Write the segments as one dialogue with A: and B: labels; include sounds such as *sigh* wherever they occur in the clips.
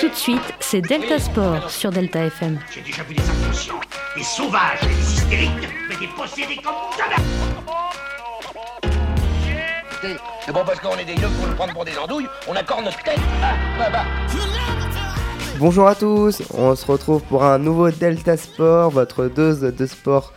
A: Tout de suite, c'est Delta Sport sur Delta FM.
B: J'ai déjà vu des inconscients, des sauvages, des hystériques, mais des possédés comme jamais C'est bon Eh ben, parce qu'on est des yeux pour nous prendre pour des andouilles, on accorde notre tête Ah, bah,
C: Bonjour à tous, on se retrouve pour un nouveau Delta Sport, votre dose de sport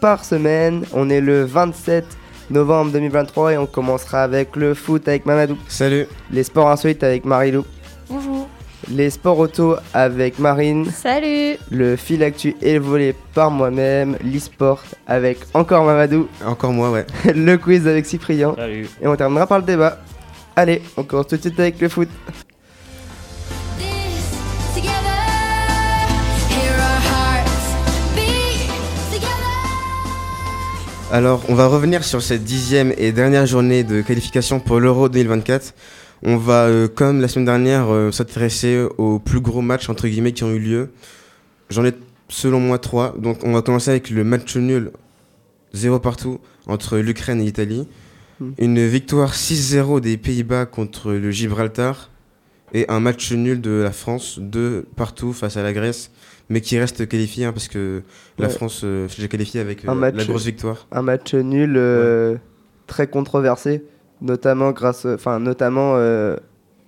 C: par semaine. On est le 27 novembre 2023 et on commencera avec le foot avec Mamadou,
D: Salut.
C: les sports insolites avec Marilou,
E: Bonjour.
C: les sports auto avec Marine,
E: Salut.
C: le fil actu et volé par moi-même, l'e-sport avec encore Mamadou, *laughs*
D: Encore moi, ouais.
C: le quiz avec Cyprien et on terminera par le débat. Allez, on commence tout de suite avec le foot.
F: this together. Hear our hearts beat together.
D: Alors, on va revenir sur cette dixième et dernière journée de qualification pour l'Euro 2024. On va, euh, comme la semaine dernière, euh, s'intéresser aux plus gros matchs entre guillemets qui ont eu lieu. J'en ai, selon moi, trois. Donc, on va commencer avec le match nul, 0 partout entre l'Ukraine et l'Italie.
C: Mm.
D: Une victoire 6-0 des Pays-Bas contre le Gibraltar et un match nul de la France, 2 partout face à la Grèce, mais qui reste qualifié hein, parce que la
C: Ouais.
D: France euh, s'est déjà qualifiée avec euh,
C: Un match,
D: la grosse
C: euh,
D: victoire.
C: un match nul euh, très controversé, notamment grâce, enfin notamment euh,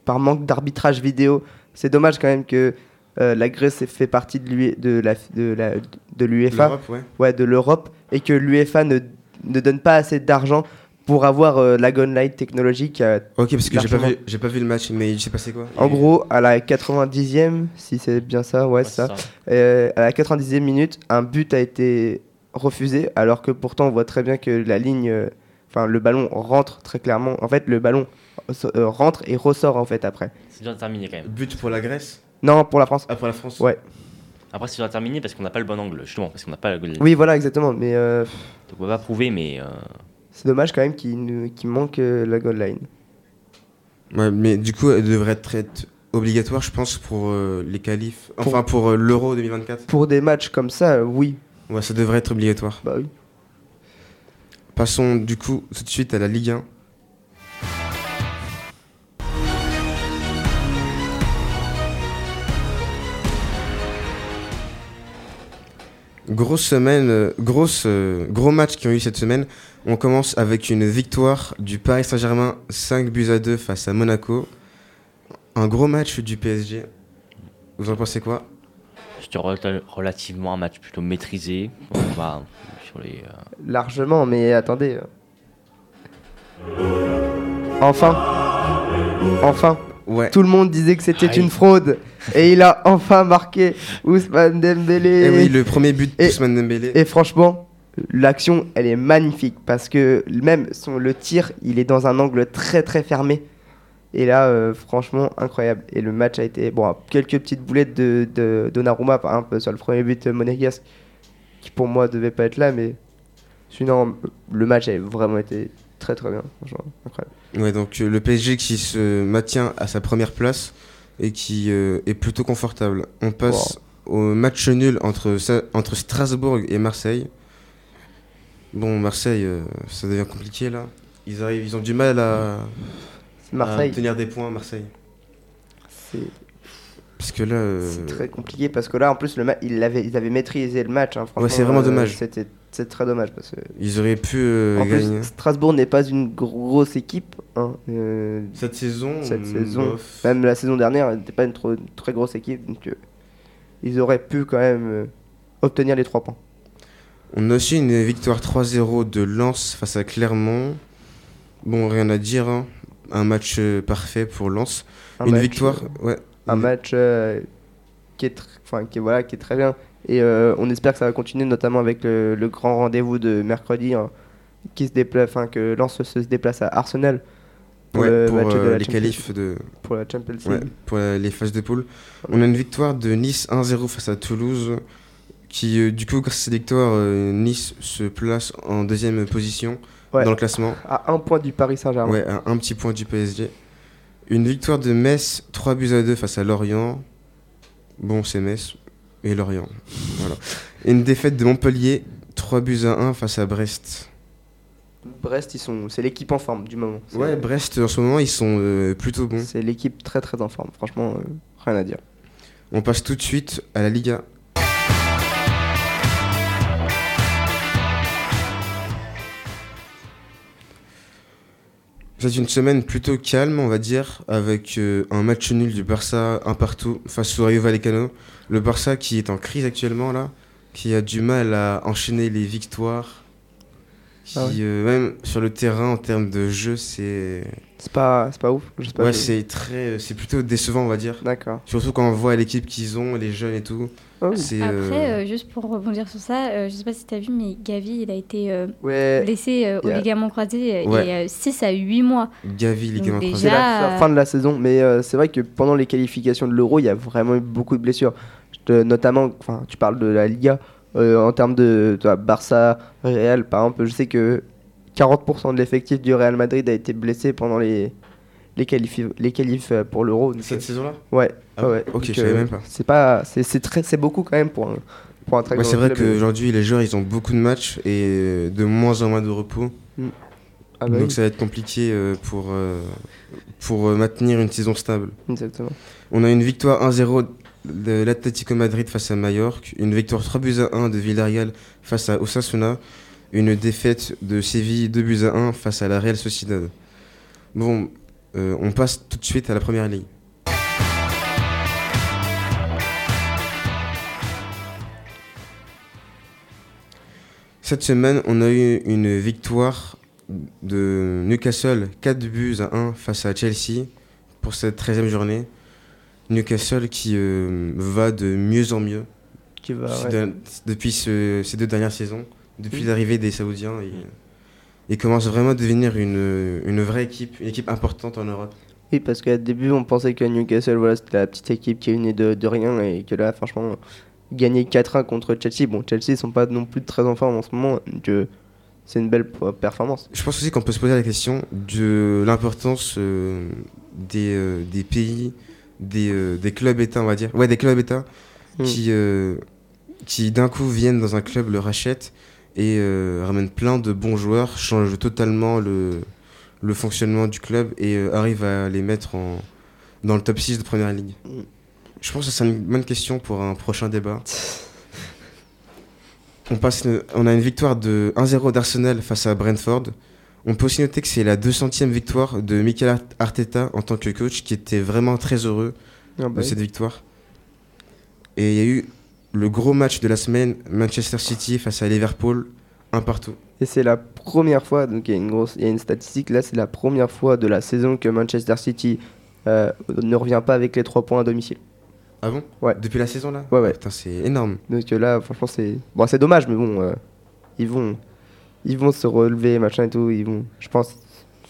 C: par manque d'arbitrage vidéo. C'est dommage quand même que euh, la Grèce ait fait partie de l'UE de la de la de l'UEFA,
D: L'Europe, ouais.
C: ouais, de l'Europe, et que l'UEFA ne, ne donne pas assez d'argent pour avoir euh, la gun light technologique. euh,
D: Ok, parce que j'ai pas,
C: Largement.
D: vu, j'ai pas vu le match, mais il s'est passé quoi
C: en gros, à la 90e, si c'est bien ça, ouais, c'est ça. Euh, à la 90e minute, un but a été refusé, alors que pourtant on voit très bien que la ligne, euh, enfin le ballon rentre très clairement. En fait, le ballon euh, rentre et ressort en fait après.
G: C'est dur de terminer quand même.
D: But pour la Grèce
C: Non, pour la France.
D: Ah, pour la France
C: Ouais.
G: Après, c'est dur de terminer parce qu'on n'a pas le bon angle, justement, parce qu'on n'a pas la
C: Oui, voilà, exactement. Mais euh, pff,
G: Donc, on va pas prouver, mais. euh,
C: c'est dommage quand même qu'il nous- qu'il manque euh, la goal line.
D: Ouais, mais du coup, elle devrait être, être obligatoire, je pense, pour euh, les qualifs. Enfin, pour euh, l'Euro 2024.
C: Pour des matchs comme ça, euh, oui,
D: Ouais, ça devrait être obligatoire.
C: bah oui.
D: Passons du coup tout de suite à la Ligue 1. Grosse semaine, euh, grosse, euh, gros match qui ont eu cette semaine. On commence avec une victoire du Paris Saint-Germain 5 buts à 2 face à Monaco. Un gros match du PSG. Vous en pensez quoi
G: C'était rel- relativement un match plutôt maîtrisé. On va sur les. euh,
C: Largement, mais attendez. euh. Enfin, enfin.
D: Ouais.
C: Tout le monde disait que c'était
G: Aïe.
C: une fraude et il a enfin marqué Ousmane Dembélé.
D: Et Eh oui, le premier but
C: et-
D: d'Ousmane Dembélé.
C: Et franchement, l'action, elle est magnifique parce que même son, le tir, il est dans un angle très très fermé. Et là, euh, franchement, incroyable. Et le match a été. Bon, quelques petites boulettes de, de Donnarumma, par exemple, sur le premier but euh, monégasque, qui pour moi devait pas être là, mais sinon, le match a vraiment été très très bien. Franchement, incroyable.
D: Ouais, donc euh, le PSG qui se maintient à sa première place et qui euh, est plutôt confortable. On passe au match nul entre, Sa- entre Strasbourg et Marseille. Bon, Marseille, euh, ça devient compliqué là. Ils, arrivent, ils ont du mal à,
C: C'est Marseille,
D: à obtenir des points à Marseille.
C: c'est
D: Parce que là. euh,
C: C'est très compliqué parce que là, en plus, le ma- ils, l'avaient- ils avaient maîtrisé le match. hein, franchement,
D: Ouais, c'est vraiment dommage.
C: C'était c'est très dommage parce que
D: Ils auraient pu euh,
C: en plus,
D: gagner.
C: Strasbourg n'est pas une gro- grosse équipe. hein, euh,
D: Cette saison.
C: cette
D: euh,
C: saison,
D: bof.
C: même la saison dernière, elle n'était pas une trop- une très grosse équipe. Donc, euh, ils auraient pu quand même euh, obtenir les trois points.
D: On a aussi une victoire 3-0 de Lens face à Clermont. Bon, rien à dire. hein. Un match euh, parfait pour Lens.
C: Un
D: une
C: match,
D: victoire,
C: euh,
D: ouais.
C: un
D: Une-
C: match euh, qui est tr- enfin qui est- voilà qui est très bien et euh, on espère que ça va continuer notamment avec le, le grand rendez-vous de mercredi hein, qui se déplace enfin que Lens se déplace à Arsenal pour
D: Ouais,
C: le
D: pour
C: match de
D: euh,
C: la
D: les
C: Champions-
D: qualifs de
C: pour la Champions League
D: ouais, pour euh, les phases de poule. On a une victoire de Nice 1-0 face à Toulouse qui euh, du coup grâce à cette victoire euh, Nice se place en deuxième position
C: Ouais. Ah.
D: dans le classement.
C: à un point du Paris Saint-Germain
D: Ouais, à un petit point du PSG. Une victoire de Metz 3 buts à 2 face à Lorient. Bon, c'est Metz et Lorient. voilà. Et une défaite de Montpellier 3 buts à 1 face à Brest.
C: Brest, ils sont, c'est l'équipe en forme du moment. C'est-
D: Ouais, Brest, en ce moment, ils sont euh, plutôt bons.
C: C'est l'équipe très très en forme. Franchement, euh, rien à dire.
D: On passe tout de suite à la Liga. C'est une semaine plutôt calme, on va dire, avec euh, un match nul du Barça, un partout, face au Rayo Vallecano. Le Barça qui est en crise actuellement, là, qui a du mal à enchaîner les victoires. Qui,
C: Ah ouais.
D: euh, même sur le terrain, en termes de jeu, c'est.
C: C'est pas, c'est pas ouf. je sais pas
D: Ouais,
C: si-
D: c'est très. C'est plutôt décevant, on va dire.
C: D'accord.
D: Surtout quand on voit l'équipe qu'ils ont, les jeunes et tout.
C: Oh.
D: C'est
E: Après,
D: euh,
E: euh, juste pour rebondir sur ça, euh, je sais pas si tu as vu, mais Gavi, il a été euh,
C: Ouais.
E: blessé euh, au
C: yeah.
E: ligament croisé euh,
D: Ouais.
E: et 6 à 8 mois.
D: Gavi, les
E: Donc
D: gamins
E: euh, déjà- euh,
C: C'est
D: croisés.
C: la
E: Là,
C: fin- fin de la saison, mais euh, c'est vrai que pendant les qualifications de l'Euro, il y a vraiment eu beaucoup de blessures. Je te- notamment, enfin, tu parles de la Liga euh, en termes de toi, Barça, Real, par exemple. Je sais que 40% de l'effectif du Real Madrid a été blessé pendant les les qualifs les qualifs euh, pour l'Euro. donc,
D: Cette saison-là
C: euh, Ouais.
D: Ah
C: ouais.
D: ok, je
C: Donc,
D: savais
C: euh,
D: même pas.
C: C'est pas, c'est c'est très, c'est beaucoup quand même pour un pour un très
D: Ouais,
C: grand
D: c'est vrai
C: club.
D: qu'aujourd'hui, les joueurs, ils ont beaucoup de matchs et euh, de moins en moins de repos.
C: Ah bah oui,
D: donc ça va être compliqué euh, pour, euh, pour euh, maintenir une saison stable.
C: exactement.
D: On a une victoire 1-0 de l'Atlético Madrid face à Mallorca, une victoire 3 buts à 1 de Villarreal face à Osasuna, une défaite de Séville 2 buts à 1 face à la Real Sociedad. Bon, euh, on passe tout de suite à la première ligue. Cette semaine, on a eu une victoire de Newcastle 4 buts à 1 face à Chelsea pour cette 13 e journée. Newcastle qui euh, va de mieux en mieux
C: Qui va,
D: ces
C: Bah ouais.
D: deux- depuis ce- ces deux dernières saisons, depuis
C: Mm.
D: l'arrivée des Saoudiens. Ils, ils commencent vraiment à devenir une, une vraie équipe, une équipe importante en Europe.
C: Oui, parce qu'à début, on pensait que Newcastle, voilà, c'était la petite équipe qui est unie de, de rien et que là, franchement, gagner 4-1 contre Chelsea. Bon, Chelsea, ils sont pas non plus très en forme en ce moment, donc euh, c'est une belle p- performance.
D: Je pense aussi qu'on peut se poser la question de l'importance euh, des, euh, des pays, des, euh, des clubs États, on va dire. Ouais, des clubs États
C: Mm.
D: qui, euh, qui d'un coup viennent dans un club, le rachètent et euh, ramènent plein de bons joueurs, changent totalement le, le fonctionnement du club et euh, arrivent à les mettre en, dans le top 6 de première ligue.
C: Mm.
D: Je pense que c'est une bonne question pour un prochain débat. On, passe, une- on a une victoire de 1-0 d'Arsenal face à Brentford. On peut aussi noter que c'est la 200e victoire de Mikel Ar- Arteta en tant que coach, qui était vraiment très heureux
C: Ah bah
D: de cette victoire. Et il y a eu le gros match de la semaine, Manchester City face à Liverpool, un partout.
C: Et c'est la première fois, donc il y, a une grosse- il y a une statistique, là, c'est la première fois de la saison que Manchester City euh, ne revient pas avec les 3 points à domicile.
D: Ah bon
C: Ouais.
D: Depuis la saison là
C: Ouais, ouais.
D: Putain, c'est énorme.
C: Donc euh, là, franchement, c'est bon, c'est dommage, mais bon, euh, ils vont, ils vont se relever, machin et tout. Ils vont, je pense,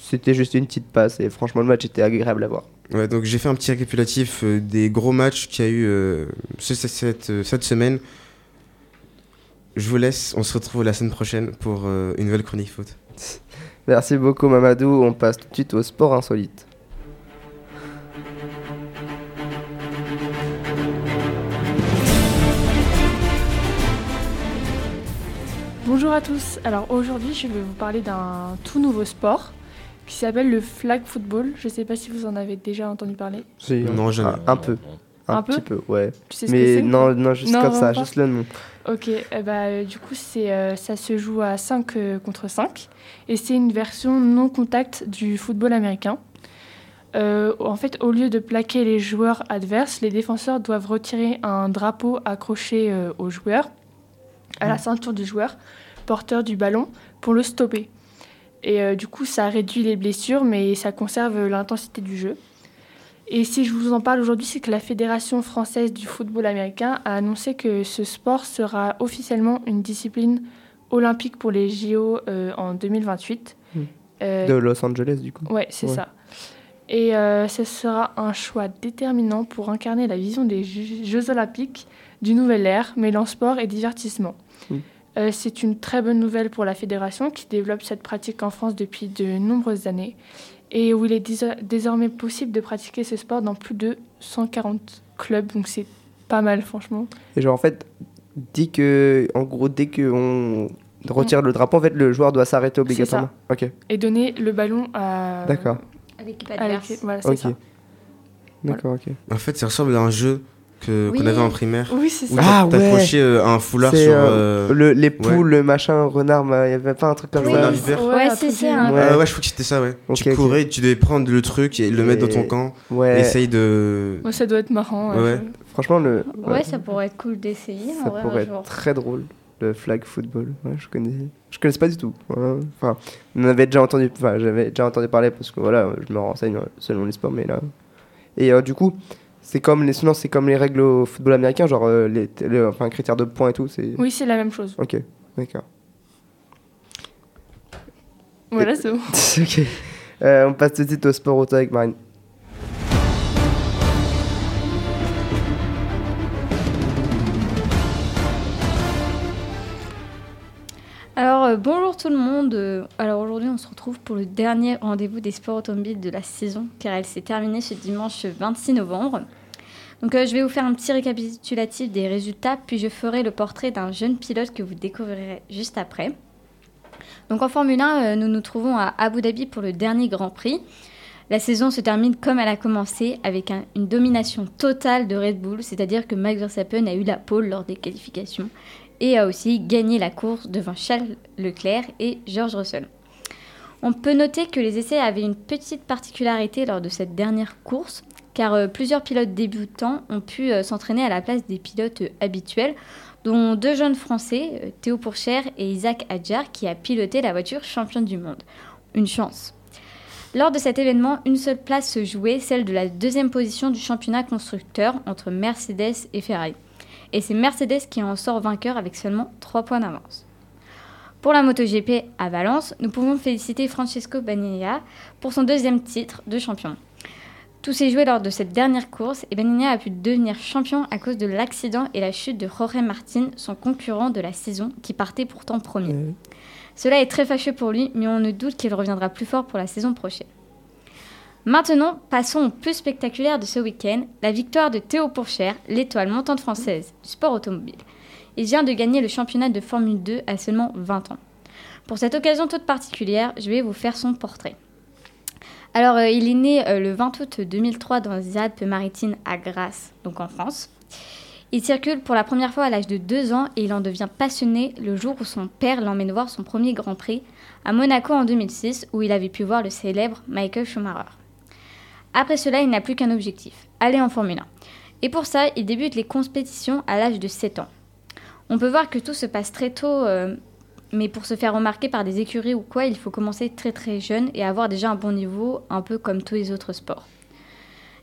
C: c'était juste une petite passe et franchement, le match était agréable à voir.
D: Ouais, donc j'ai fait un petit récapitulatif euh, des gros matchs qu'il y a eu euh, ce- ce- cette, euh, cette semaine. Je vous laisse, on se retrouve la semaine prochaine pour euh, une nouvelle chronique foot.
C: Merci beaucoup, Mamadou. On passe tout de suite au sport insolite.
H: Bonjour à tous. Alors aujourd'hui, je vais vous parler d'un tout nouveau sport qui s'appelle le flag football. Je ne sais pas si vous en avez déjà entendu parler.
D: Non, jamais.
C: Ah, un peu. Un,
H: Un peu
C: petit peu, ouais.
H: Tu sais ce que
C: Mais
H: c'est
C: non, non, juste
H: Non,
C: comme ça,
H: vraiment pas.
C: juste le nom.
H: Ok, eh ben, euh, du coup, c'est, euh, ça se joue à 5 contre 5 et c'est une version non contact du football américain. Euh, en fait, au lieu de plaquer les joueurs adverses, les défenseurs doivent retirer un drapeau accroché euh, au joueur, à la ceinture du joueur, porteur du ballon, pour le stopper. Et euh, du coup, ça réduit les blessures, mais ça conserve l'intensité du jeu. Et si je vous en parle aujourd'hui, c'est que la Fédération française du football américain a annoncé que ce sport sera officiellement une discipline olympique pour les JO euh, en 2028.
C: Mm.
H: Euh,
C: De Los Angeles, du coup.
H: Ouais, c'est
C: Ouais.
H: ça. Et euh, ce sera un choix déterminant pour incarner la vision des Jeux Jeux Olympiques du nouvel ère, mêlant sport et divertissement.
C: Mm.
H: Euh, c'est une très bonne nouvelle pour la fédération qui développe cette pratique en France depuis de nombreuses années et où il est disa- désormais possible de pratiquer ce sport dans plus de 140 clubs, donc c'est pas mal franchement.
C: Et genre, en fait, dit que, en gros, dès que on, retire le drapeau. En fait, le joueur doit s'arrêter obligatoirement. Ok,
H: et donner le ballon à.
C: d'accord.
E: à l'équipe
H: à
E: adverse.
H: l'équipe- Voilà, c'est
C: Ok.
H: ça.
C: D'accord, ok.
D: En fait, ça ressemble à un jeu que- qu'on
E: Oui.
D: avait en primaire.
H: Oui, c'est
D: Où
H: ça.
C: Ah
D: t'a-
C: ouais.
D: t'accrochais euh, un foulard
C: C'est,
D: sur.
C: euh,
D: euh,
C: le, les
D: ouais.
C: poules, le machin, renard, il y avait pas un truc comme
D: Oui.
C: ça.
D: Renard vipère.
E: Ouais,
H: un
E: c'est
H: truc
E: ça,
H: du-
E: hein.
C: Ouais.
D: Ah ouais, je crois que c'était ça, ouais.
C: Ok,
D: tu
C: ok.
D: courais, tu devais prendre le truc et le mettre dans ton
C: Et-
D: camp.
C: Ouais.
D: Essaye de.
H: Ouais, ça doit être marrant. hein.
D: Ouais,
H: je-
C: Franchement, le.
E: Ouais, ça pourrait être cool d'essayer
C: Ça
E: en vrai
C: pourrait
E: un
C: être
E: jour.
C: très drôle, le flag football. Ouais, je connais, je connaissais pas du tout. Ouais, Enfin, on avait déjà entendu, enfin, j'avais déjà entendu parler parce que voilà, je me renseigne euh, selon les sports, mais là. Et euh, du coup, c'est comme les, sinon c'est comme les règles au football américain, genre euh, les, le- enfin, critères de points et tout. C'est.
H: Oui, c'est la même chose.
C: Ok, d'accord.
H: Voilà, c'est bon.
C: ok. Euh, on passe tout de suite au sport auto avec Marine.
E: Alors euh, bonjour tout le monde. Euh, Alors aujourd'hui, on se retrouve pour le dernier rendez-vous des sports automobiles de la saison car elle s'est terminée ce dimanche 26 novembre. Donc euh, je vais vous faire un petit récapitulatif des résultats puis je ferai le portrait d'un jeune pilote que vous découvrirez juste après. Donc en Formule 1, euh, nous nous trouvons à Abu Dhabi pour le dernier Grand Prix. La saison se termine comme elle a commencé avec un- une domination totale de Red Bull, c'est-à-dire que Max Verstappen a eu la pole lors des qualifications et a aussi gagné la course devant Charles Leclerc et George Russell. On peut noter que les essais avaient une petite particularité lors de cette dernière course, car euh, plusieurs pilotes débutants ont pu euh, s'entraîner à la place des pilotes euh, habituels, dont deux jeunes Français, euh, Théo Pourchère et Isaac Adjar, qui a piloté la voiture championne du monde. Une chance. Lors de cet événement, une seule place se jouait, celle de la deuxième position du championnat constructeur entre Mercedes et Ferrari et c'est Mercedes qui en sort vainqueur avec seulement 3 points d'avance. Pour la MotoGP à Valence, nous pouvons féliciter Francesco Bagnaia pour son deuxième titre de champion. Tout s'est joué lors de cette dernière course et Bagnaia a pu devenir champion à cause de l'accident et la chute de Jorge Martin, son concurrent de la saison qui partait pourtant premier.
C: Ouais.
E: Cela est très fâcheux pour lui, mais on ne doute qu'il reviendra plus fort pour la saison prochaine. Maintenant, passons au plus spectaculaire de ce week-end, la victoire de Théo Pourchère, l'étoile montante française du sport automobile. Il vient de gagner le championnat de Formule 2 à seulement 20 ans. Pour cette occasion toute particulière, je vais vous faire son portrait. Alors, euh, il est né euh, le 20 août 2003 dans les Alpes-Maritimes à Grasse, donc en France. Il circule pour la première fois à l'âge de 2 ans et il en devient passionné le jour où son père l'emmène voir son premier Grand Prix à Monaco en 2006 où il avait pu voir le célèbre Michael Schumacher. Après cela, il n'a plus qu'un objectif, aller en Formule 1. Et pour ça, il débute les compétitions à l'âge de 7 ans. On peut voir que tout se passe très tôt, euh, mais pour se faire remarquer par des écuries ou quoi, il faut commencer très très jeune et avoir déjà un bon niveau, un peu comme tous les autres sports.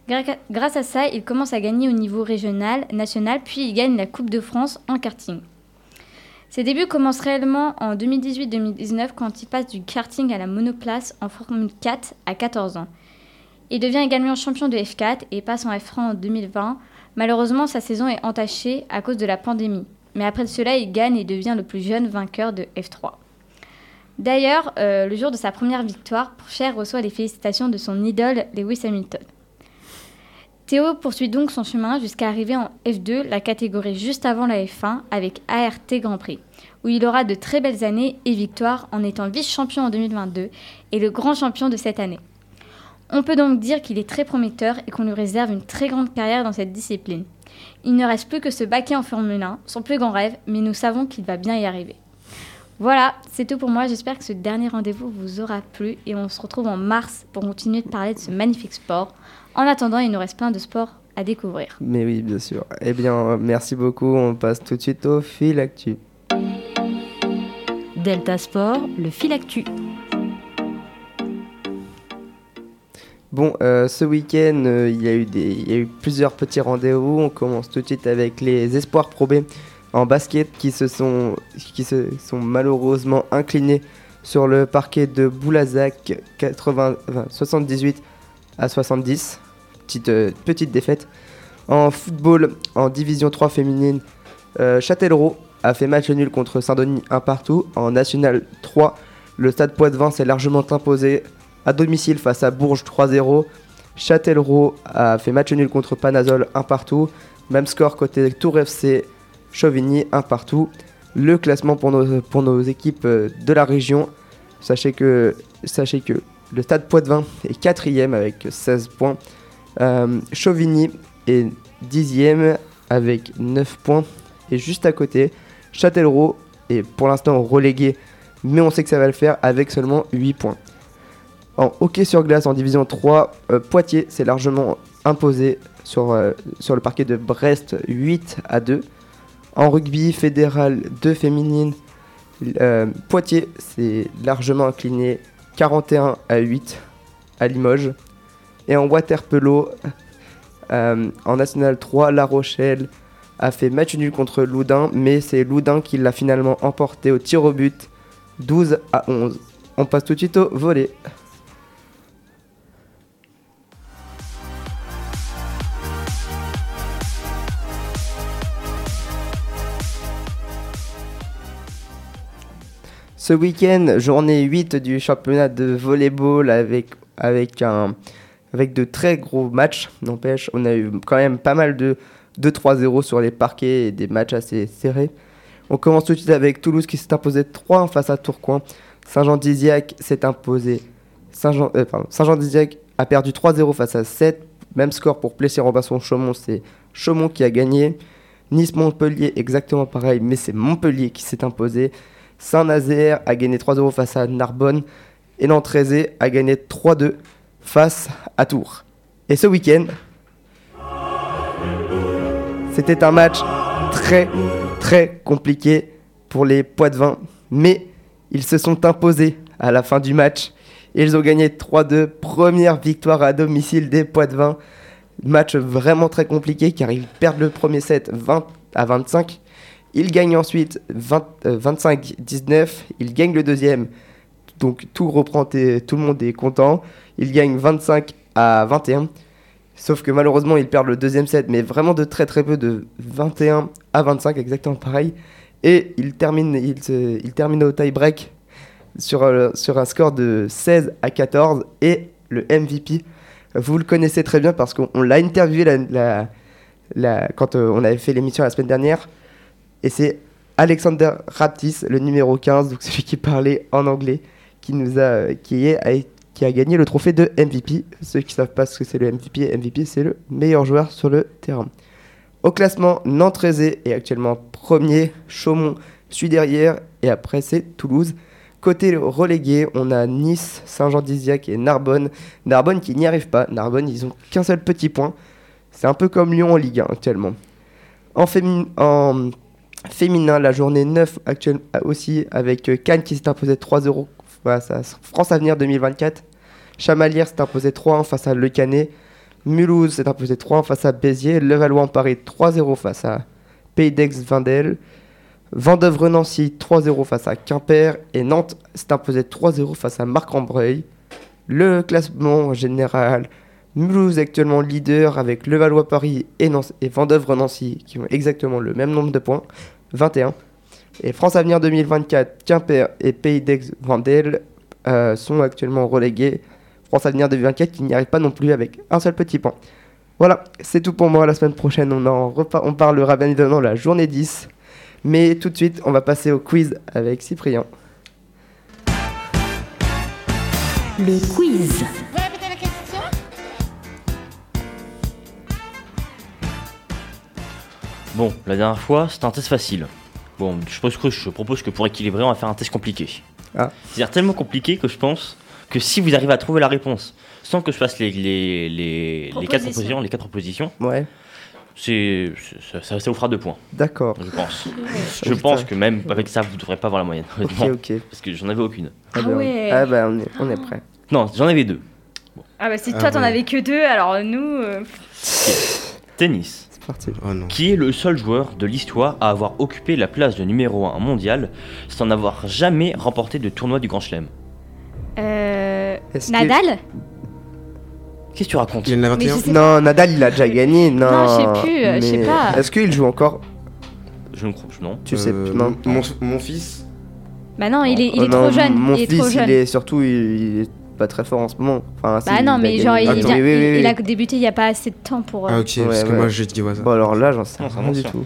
E: Gra- Grâce à ça, il commence à gagner au niveau régional, national, puis il gagne la Coupe de France en karting. Ses débuts commencent réellement en 2018-2019 quand il passe du karting à la monoplace en Formule 4 à 14 ans. Il devient également champion de F4 et passe en F1 en 2020. Malheureusement, sa saison est entachée à cause de la pandémie. Mais après cela, il gagne et devient le plus jeune vainqueur de F3. D'ailleurs, euh, le jour de sa première victoire, Pourchère reçoit les félicitations de son idole Lewis Hamilton. Théo poursuit donc son chemin jusqu'à arriver en F2, la catégorie juste avant la F1, avec ART Grand Prix, où il aura de très belles années et victoires en étant vice-champion en 2022 et le grand champion de cette année. On peut donc dire qu'il est très prometteur et qu'on lui réserve une très grande carrière dans cette discipline. Il ne reste plus que se baquer en Formule 1, son plus grand rêve, mais nous savons qu'il va bien y arriver. Voilà, c'est tout pour moi. J'espère que ce dernier rendez-vous vous aura plu et on se retrouve en mars pour continuer de parler de ce magnifique sport. En attendant, il nous reste plein de sports à découvrir.
C: Mais oui, bien sûr. Eh bien, euh, merci beaucoup. On passe tout de suite au fil actu.
A: Delta Sport, le fil actu.
C: Bon, euh, ce week-end, euh, il y, a eu des- il y a eu plusieurs petits rendez-vous. On commence tout de suite avec les espoirs probés en basket qui se sont, qui se sont malheureusement inclinés sur le parquet de Boulazac 80 enfin, 78 à 70. Petite, euh, petite défaite. En football, en division 3 féminine, euh, Châtellerault a fait match nul contre Saint-Denis un partout. En national 3, le stade Poitvin s'est largement imposé à domicile face à Bourges 3-0. Châtellerault a fait match nul contre Panazol 1 partout. Même score côté Tour FC, Chauvigny 1 partout. le classement pour nos, pour nos équipes euh, de la région. Sachez que, sachez que le Stade Poitvin est quatrième avec 16 points. Euh, Chauvigny est dixième avec 9 points. Et juste à côté, Châtellerault est pour l'instant relégué, mais on sait que ça va le faire avec seulement 8 points. En hockey sur glace en division 3, euh, Poitiers s'est largement imposé sur, euh, sur le parquet de Brest 8 à 2. En rugby fédéral 2 féminine, euh, Poitiers s'est largement incliné 41 à 8 à Limoges. Et en waterpolo, euh, en National 3, La Rochelle a fait match nul contre Loudun, mais c'est Loudun qui l'a finalement emporté au tir au but 12 à 11. On passe tout de suite au volet. Ce week-end, journée 8 du championnat de volleyball avec, avec, un, avec de très gros matchs. N'empêche, on a eu quand même pas mal de 2-3-0 sur les parquets et des matchs assez serrés. On commence tout de suite avec Toulouse qui s'est imposé 3 face à Tourcoing. Saint-Jean-Diziac s'est imposé. Saint-Jean euh, pardon, Saint-Jean-Diziac a perdu 3-0 face à 7. Même score pour Plessis-Robinson-Chaumont, c'est Chaumont qui a gagné. Nice-Montpellier, exactement pareil, mais c'est Montpellier qui s'est imposé. Saint-Nazaire a gagné 3-0 face à Narbonne et Nantes-Rézé a gagné 3-2 face à Tours. Et ce week-end, c'était un match très très compliqué pour les Poitevins, mais ils se sont imposés à la fin du match. Ils ont gagné 3-2, première victoire à domicile des Poitevins. Match vraiment très compliqué car ils perdent le premier set 20 à 25 il gagne ensuite 20, euh, 25-19. Il gagne le deuxième. Donc tout reprend, et tout le monde est content. Il gagne 25 à 21. Sauf que malheureusement, il perd le deuxième set, mais vraiment de très très peu, de 21 à 25, exactement pareil. Et il termine, il se- il termine au tie-break sur, euh, sur un score de 16 à 14. Et le MVP, vous le connaissez très bien parce qu'on on l'a interviewé la- la- la- quand euh, on avait fait l'émission la semaine dernière. Et c'est Alexander Raptis, le numéro 15, donc celui qui parlait en anglais, qui, nous a, qui, est, a, qui a gagné le trophée de MVP. Ceux qui ne savent pas ce que c'est le MVP, MVP c'est le meilleur joueur sur le terrain. Au classement, Nantes Rezé est actuellement premier, Chaumont suit derrière, et après c'est Toulouse. Côté relégué, on a Nice, Saint-Jean-d'Isiac et Narbonne. Narbonne qui n'y arrive pas. Narbonne, ils ont qu'un seul petit point. C'est un peu comme Lyon en Ligue 1 actuellement. En, féminin en féminin, la journée 9 actuelle euh, aussi avec euh, Cannes qui s'est imposé 3-0 face à France Avenir 2024. Chamalière s'est imposé 3-1 face à Le Canet. Mulhouse s'est imposé 3-1 face à Béziers. Levallois en Paris 3-0 face à Pays d'Aix-Vindel. Vendœuvre-Nancy 3-0 face à Quimper. Et Nantes s'est imposé 3-0 face à Marc-en-Breuil. Le classement général. Mulhouse est actuellement leader avec Levallois Paris et, Nancy- et Vendœuvre-Nancy qui ont exactement le même nombre de points. 21. Et France Avenir 2024, Quimper et Pays d'Aix-Vendel euh, sont actuellement relégués. France Avenir 2024 qui n'y arrive pas non plus avec un seul petit point. Voilà, c'est tout pour moi. La semaine prochaine, on, en repa- on parlera bien évidemment la journée 10. Mais tout de suite, on va passer au quiz avec Cyprien.
A: Le quiz.
G: Bon, la dernière fois, c'était un test facile. Bon, je pense que je propose que pour équilibrer, on va faire un test compliqué.
C: Ah.
G: C'est-à-dire tellement compliqué que je pense que si vous arrivez à trouver la réponse sans que je fasse les, les, les, les quatre
E: Propositions.
G: propositions, les quatre propositions,
C: Ouais,
G: c'est c'est- ça, ça vous fera deux points,
C: d'accord.
G: je pense.
C: Oh,
G: je
C: putain.
G: pense que même avec ça, vous devrez pas avoir la moyenne,
C: Ok,
G: honnêtement,
C: ok.
G: parce que j'en avais aucune.
E: Ah
C: ben, on-
E: ouais.
C: Ah bah, on est, on est prêt.
G: Non, j'en avais deux.
E: Ah bah si
D: Ah
E: toi t'en
D: ouais.
E: avais que deux, alors nous... euh,
G: Tennis.
C: C'est parti.
D: Oh non.
G: Qui est le seul joueur de l'histoire à avoir occupé la place de numéro 1 mondial sans avoir jamais remporté de tournoi du Grand Chelem
E: euh,
C: Est-ce que-
E: Nadal
G: Qu'est-ce que tu racontes
D: Il en a
E: Mais
D: 21
E: je sais-
C: Non, Nadal, il a déjà gagné. Non,
E: Non, je sais plus, euh, je sais
C: mais
E: pas.
C: Est-ce qu'il joue encore
G: Je ne crois pas. Non.
C: Tu sais
D: Euh,
C: plus, non.
D: mon, mon fils
E: Bah non, il est, il
C: Oh
E: est
C: non,
E: trop jeune.
C: Mon
E: il est
C: fils,
E: trop jeune.
C: il est surtout, il, il est pas très fort en ce moment. Enfin, si,
E: Bah non,
C: il
E: mais
C: a
E: genre il,
C: gagné.
E: il
C: Attends,
E: a,
C: oui, oui,
E: il-
C: oui.
E: il a débuté il y a pas assez de temps pour... euh,
D: Ah ok,
C: Ouais,
D: parce que
C: ouais.
D: moi j'ai dit au hasard.
C: Bon alors là, j'en sais
G: Non, c'est
C: rien du
G: mention.
C: tout.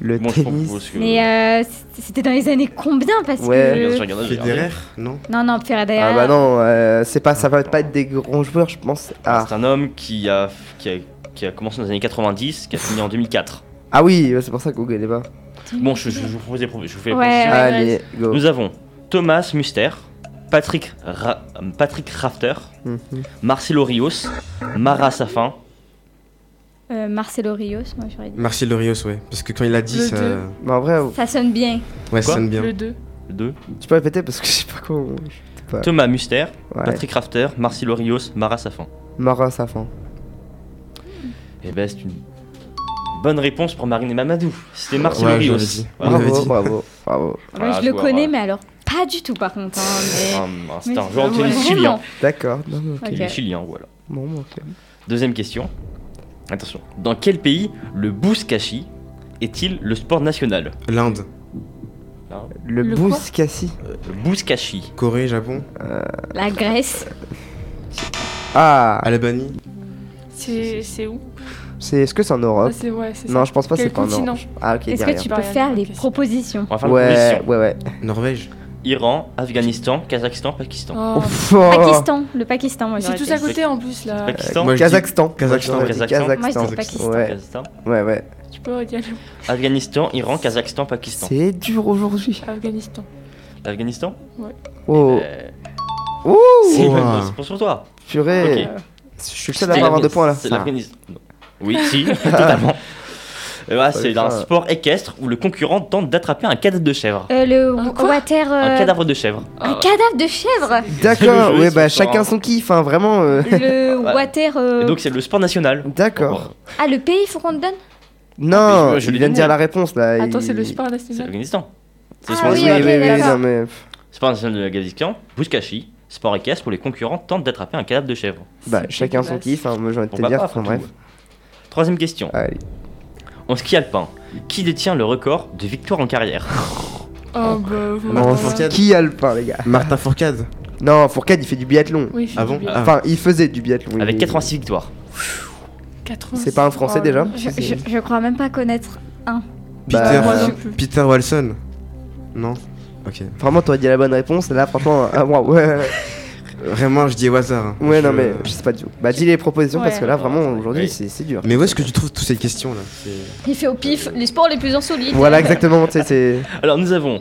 C: le
G: Bon, je
C: tennis.
G: propose que.
E: Mais euh, c- c'était dans les années combien Parce
C: Ouais.
G: Regardez,
E: que.
G: regardez, regardez.
D: Federer, non
E: Non, non, Federer.
C: Ah bah non, euh, c'est pas, ça va pas être des grands joueurs, je pense. Ah,
G: C'est un homme qui a, qui, a, qui a commencé dans les années 90, qui a fini en 2004.
C: ah oui, c'est pour ça que Google est pas.
G: Bon, je, je vous propose des propos- je vous fais les
E: Eh Ouais,
G: propositions.
E: ouais.
C: Allez, go.
G: Nous avons Thomas Muster, Patrick, Ra- Patrick Rafter,
C: Mhm.
G: Marcelo Rios, Mara Safin.
E: Euh, Marcelo Rios, moi j'aurais dit.
D: Marcelo Rios, ouais. Parce que quand il a dit,
H: Le
D: ça.
H: deux.
C: Mais en vrai,
E: Ça sonne bien.
D: Ouais, ça
G: Quoi
D: sonne bien.
H: Le 2.
G: Deux.
C: tu peux répéter parce que *laughs* je sais pas quoi.
G: Thomas Muster,
C: Ouais.
G: Patrick Rafter, Marcelo Rios, Mara Safin.
C: Mara Safan.
G: Eh ben, c'est une bonne réponse pour Marine et Mamadou. C'était Marcelo
D: Ouais,
G: Rios.
D: j'avais dit.
G: Voilà.
D: Ouais. l'avez
C: Bravo,
D: dit.
C: bravo, bravo.
E: Moi,
G: Ah,
E: je le
G: joueur,
E: connais,
G: ouais.
E: mais alors pas du tout par contre. hein,
G: Ah, mince,
E: mais-
G: C'est un joueur de
E: Ouais,
G: tennis
E: vraiment.
G: chilien.
C: D'accord. Non, non,
E: Ok.
G: Il est chilien, voilà.
C: Bon, bon, ok.
G: Deuxième question. Attention. Dans quel pays le bouskashi est-il le sport national
D: L'Inde,
C: Le,
H: Le quoi
C: boost Cassie.
G: Euh, Le bouskashi.
D: Corée, Japon,
E: mais La Grèce.
C: Ah,
D: Albanie.
H: C'est c'est où
C: c'est est-ce que c'est en
H: Ah,
C: Europe
H: c'est ouais, c'est ça.
C: Non, je pense pas.
H: Quel
C: C'est pas en
H: continent
C: Europe. Ah ok.
E: Est-ce que
C: derrière.
E: tu
H: Bah,
E: peux
H: rien,
E: faire
H: ok,
E: les
H: c'est-
E: propositions
G: On va faire une
C: Ouais,
G: proposition.
C: ouais, ouais.
D: Norvège.
G: Iran, Afghanistan, Kazakhstan, Pakistan.
H: Oh.
C: Ouf, oh.
E: Pakistan, le Pakistan, moi
H: C'est
E: j'aurais
H: tous
E: dit.
H: à côté en plus là.
G: Pakistan,
D: Moi, je dis-
C: Kazakhstan.
D: Kazakhstan.
C: Moi, j'aurais dit
G: Kazakhstan.
E: Moi, je dis
C: Kazakhstan.
E: Pakistan.
C: Ouais,
G: Kazakhstan.
C: ouais, ouais.
H: Tu peux redire le mot.
G: Afghanistan, Iran, Kazakhstan, Pakistan.
C: C'est dur aujourd'hui.
H: Eh Afghanistan.
G: Afghanistan
C: Oh,
G: Euh,
C: ouh,
G: C'est une
D: Ouah.
G: bonne réponse pour toi.
C: purée.
G: Ok.
C: Je suis le seul à pas avoir deux points là.
G: C'est
C: Ah.
G: l'Afghanistan. Non. Oui, *laughs* si, totalement. Euh, voilà,
C: Ça
G: c'est
C: fait
G: un
C: ça.
G: sport équestre où le concurrent tente d'attraper un cadavre de chèvre.
E: Euh, le
H: Un quoi
E: water. euh,
G: Un cadavre de chèvre.
E: un cadavre de chèvre
C: D'accord,
G: Le jeu,
C: ouais,
G: ils
C: bah
G: sont forts,
C: chacun
G: hein.
C: son kiff, hein, vraiment. euh,
E: Le
G: Ouais.
E: water. euh,
G: Et donc c'est le sport national.
C: D'accord.
E: Ah, le pays, faut qu'on te donne
C: Non,
G: Mais je- je
C: il
G: l'ai
C: vient de
G: dit,
C: dire
G: moi.
C: la réponse là.
H: Attends,
C: il-
H: c'est le sport
G: C'est
H: national.
G: l'Afghanistan. C'est le
E: Mhm. Ah
G: sport
C: Oui,
E: oui,
C: oui,
G: national.
E: ok,
C: oui,
E: d'accord.
C: non, mais. pff,
G: Sport national de l'Afghanistan, Bouskashi, sport équestre où les concurrents tentent d'attraper un cadavre de chèvre.
C: Bah,
H: C'est
C: chacun son
H: dégueulasse.
C: kiff, hein, moi j'ai envie de
G: On
C: te
G: va
C: dire,
G: pas
C: enfin
G: faire
C: bref.
G: tout. Troisième question.
C: Allez.
G: En ski alpin, qui détient le record de victoires en carrière
H: Oh bah. vous-
D: Non,
C: En
D: faut Fourcade.
C: ski alpin, les gars.
D: Martin Fourcade.
C: Non, Fourcade il fait du biathlon.
H: Oui, je
D: Ah
H: suis
D: bon
H: bien.
D: Ah.
C: Enfin, il faisait du biathlon.
G: Avec
C: il-
G: 86 victoires.
H: 80.
C: C'est pas un français
H: Oh,
C: déjà
E: je,
C: Si,
E: je,
C: c'est-
E: je crois même pas connaître.
D: Peter,
C: Bah,
H: Moi non plus.
D: Peter Wilson. Non Ok.
C: Vraiment, t'aurais dit la bonne réponse, là franchement. Ah, waouh, ouais.
D: Vraiment, je dis au hasard. hein.
C: Ouais,
D: Je-
C: non, mais je sais pas du tout. Bah, dis les propositions parce que là,
G: Ouais.
C: vraiment, aujourd'hui,
G: Oui.
C: c'est c'est dur.
D: Mais où est-ce que tu trouves toutes ces questions là
E: Il fait au pif les sports les plus insolites.
C: Voilà, exactement, tu sais,
E: *laughs*
C: c'est.
G: Alors nous avons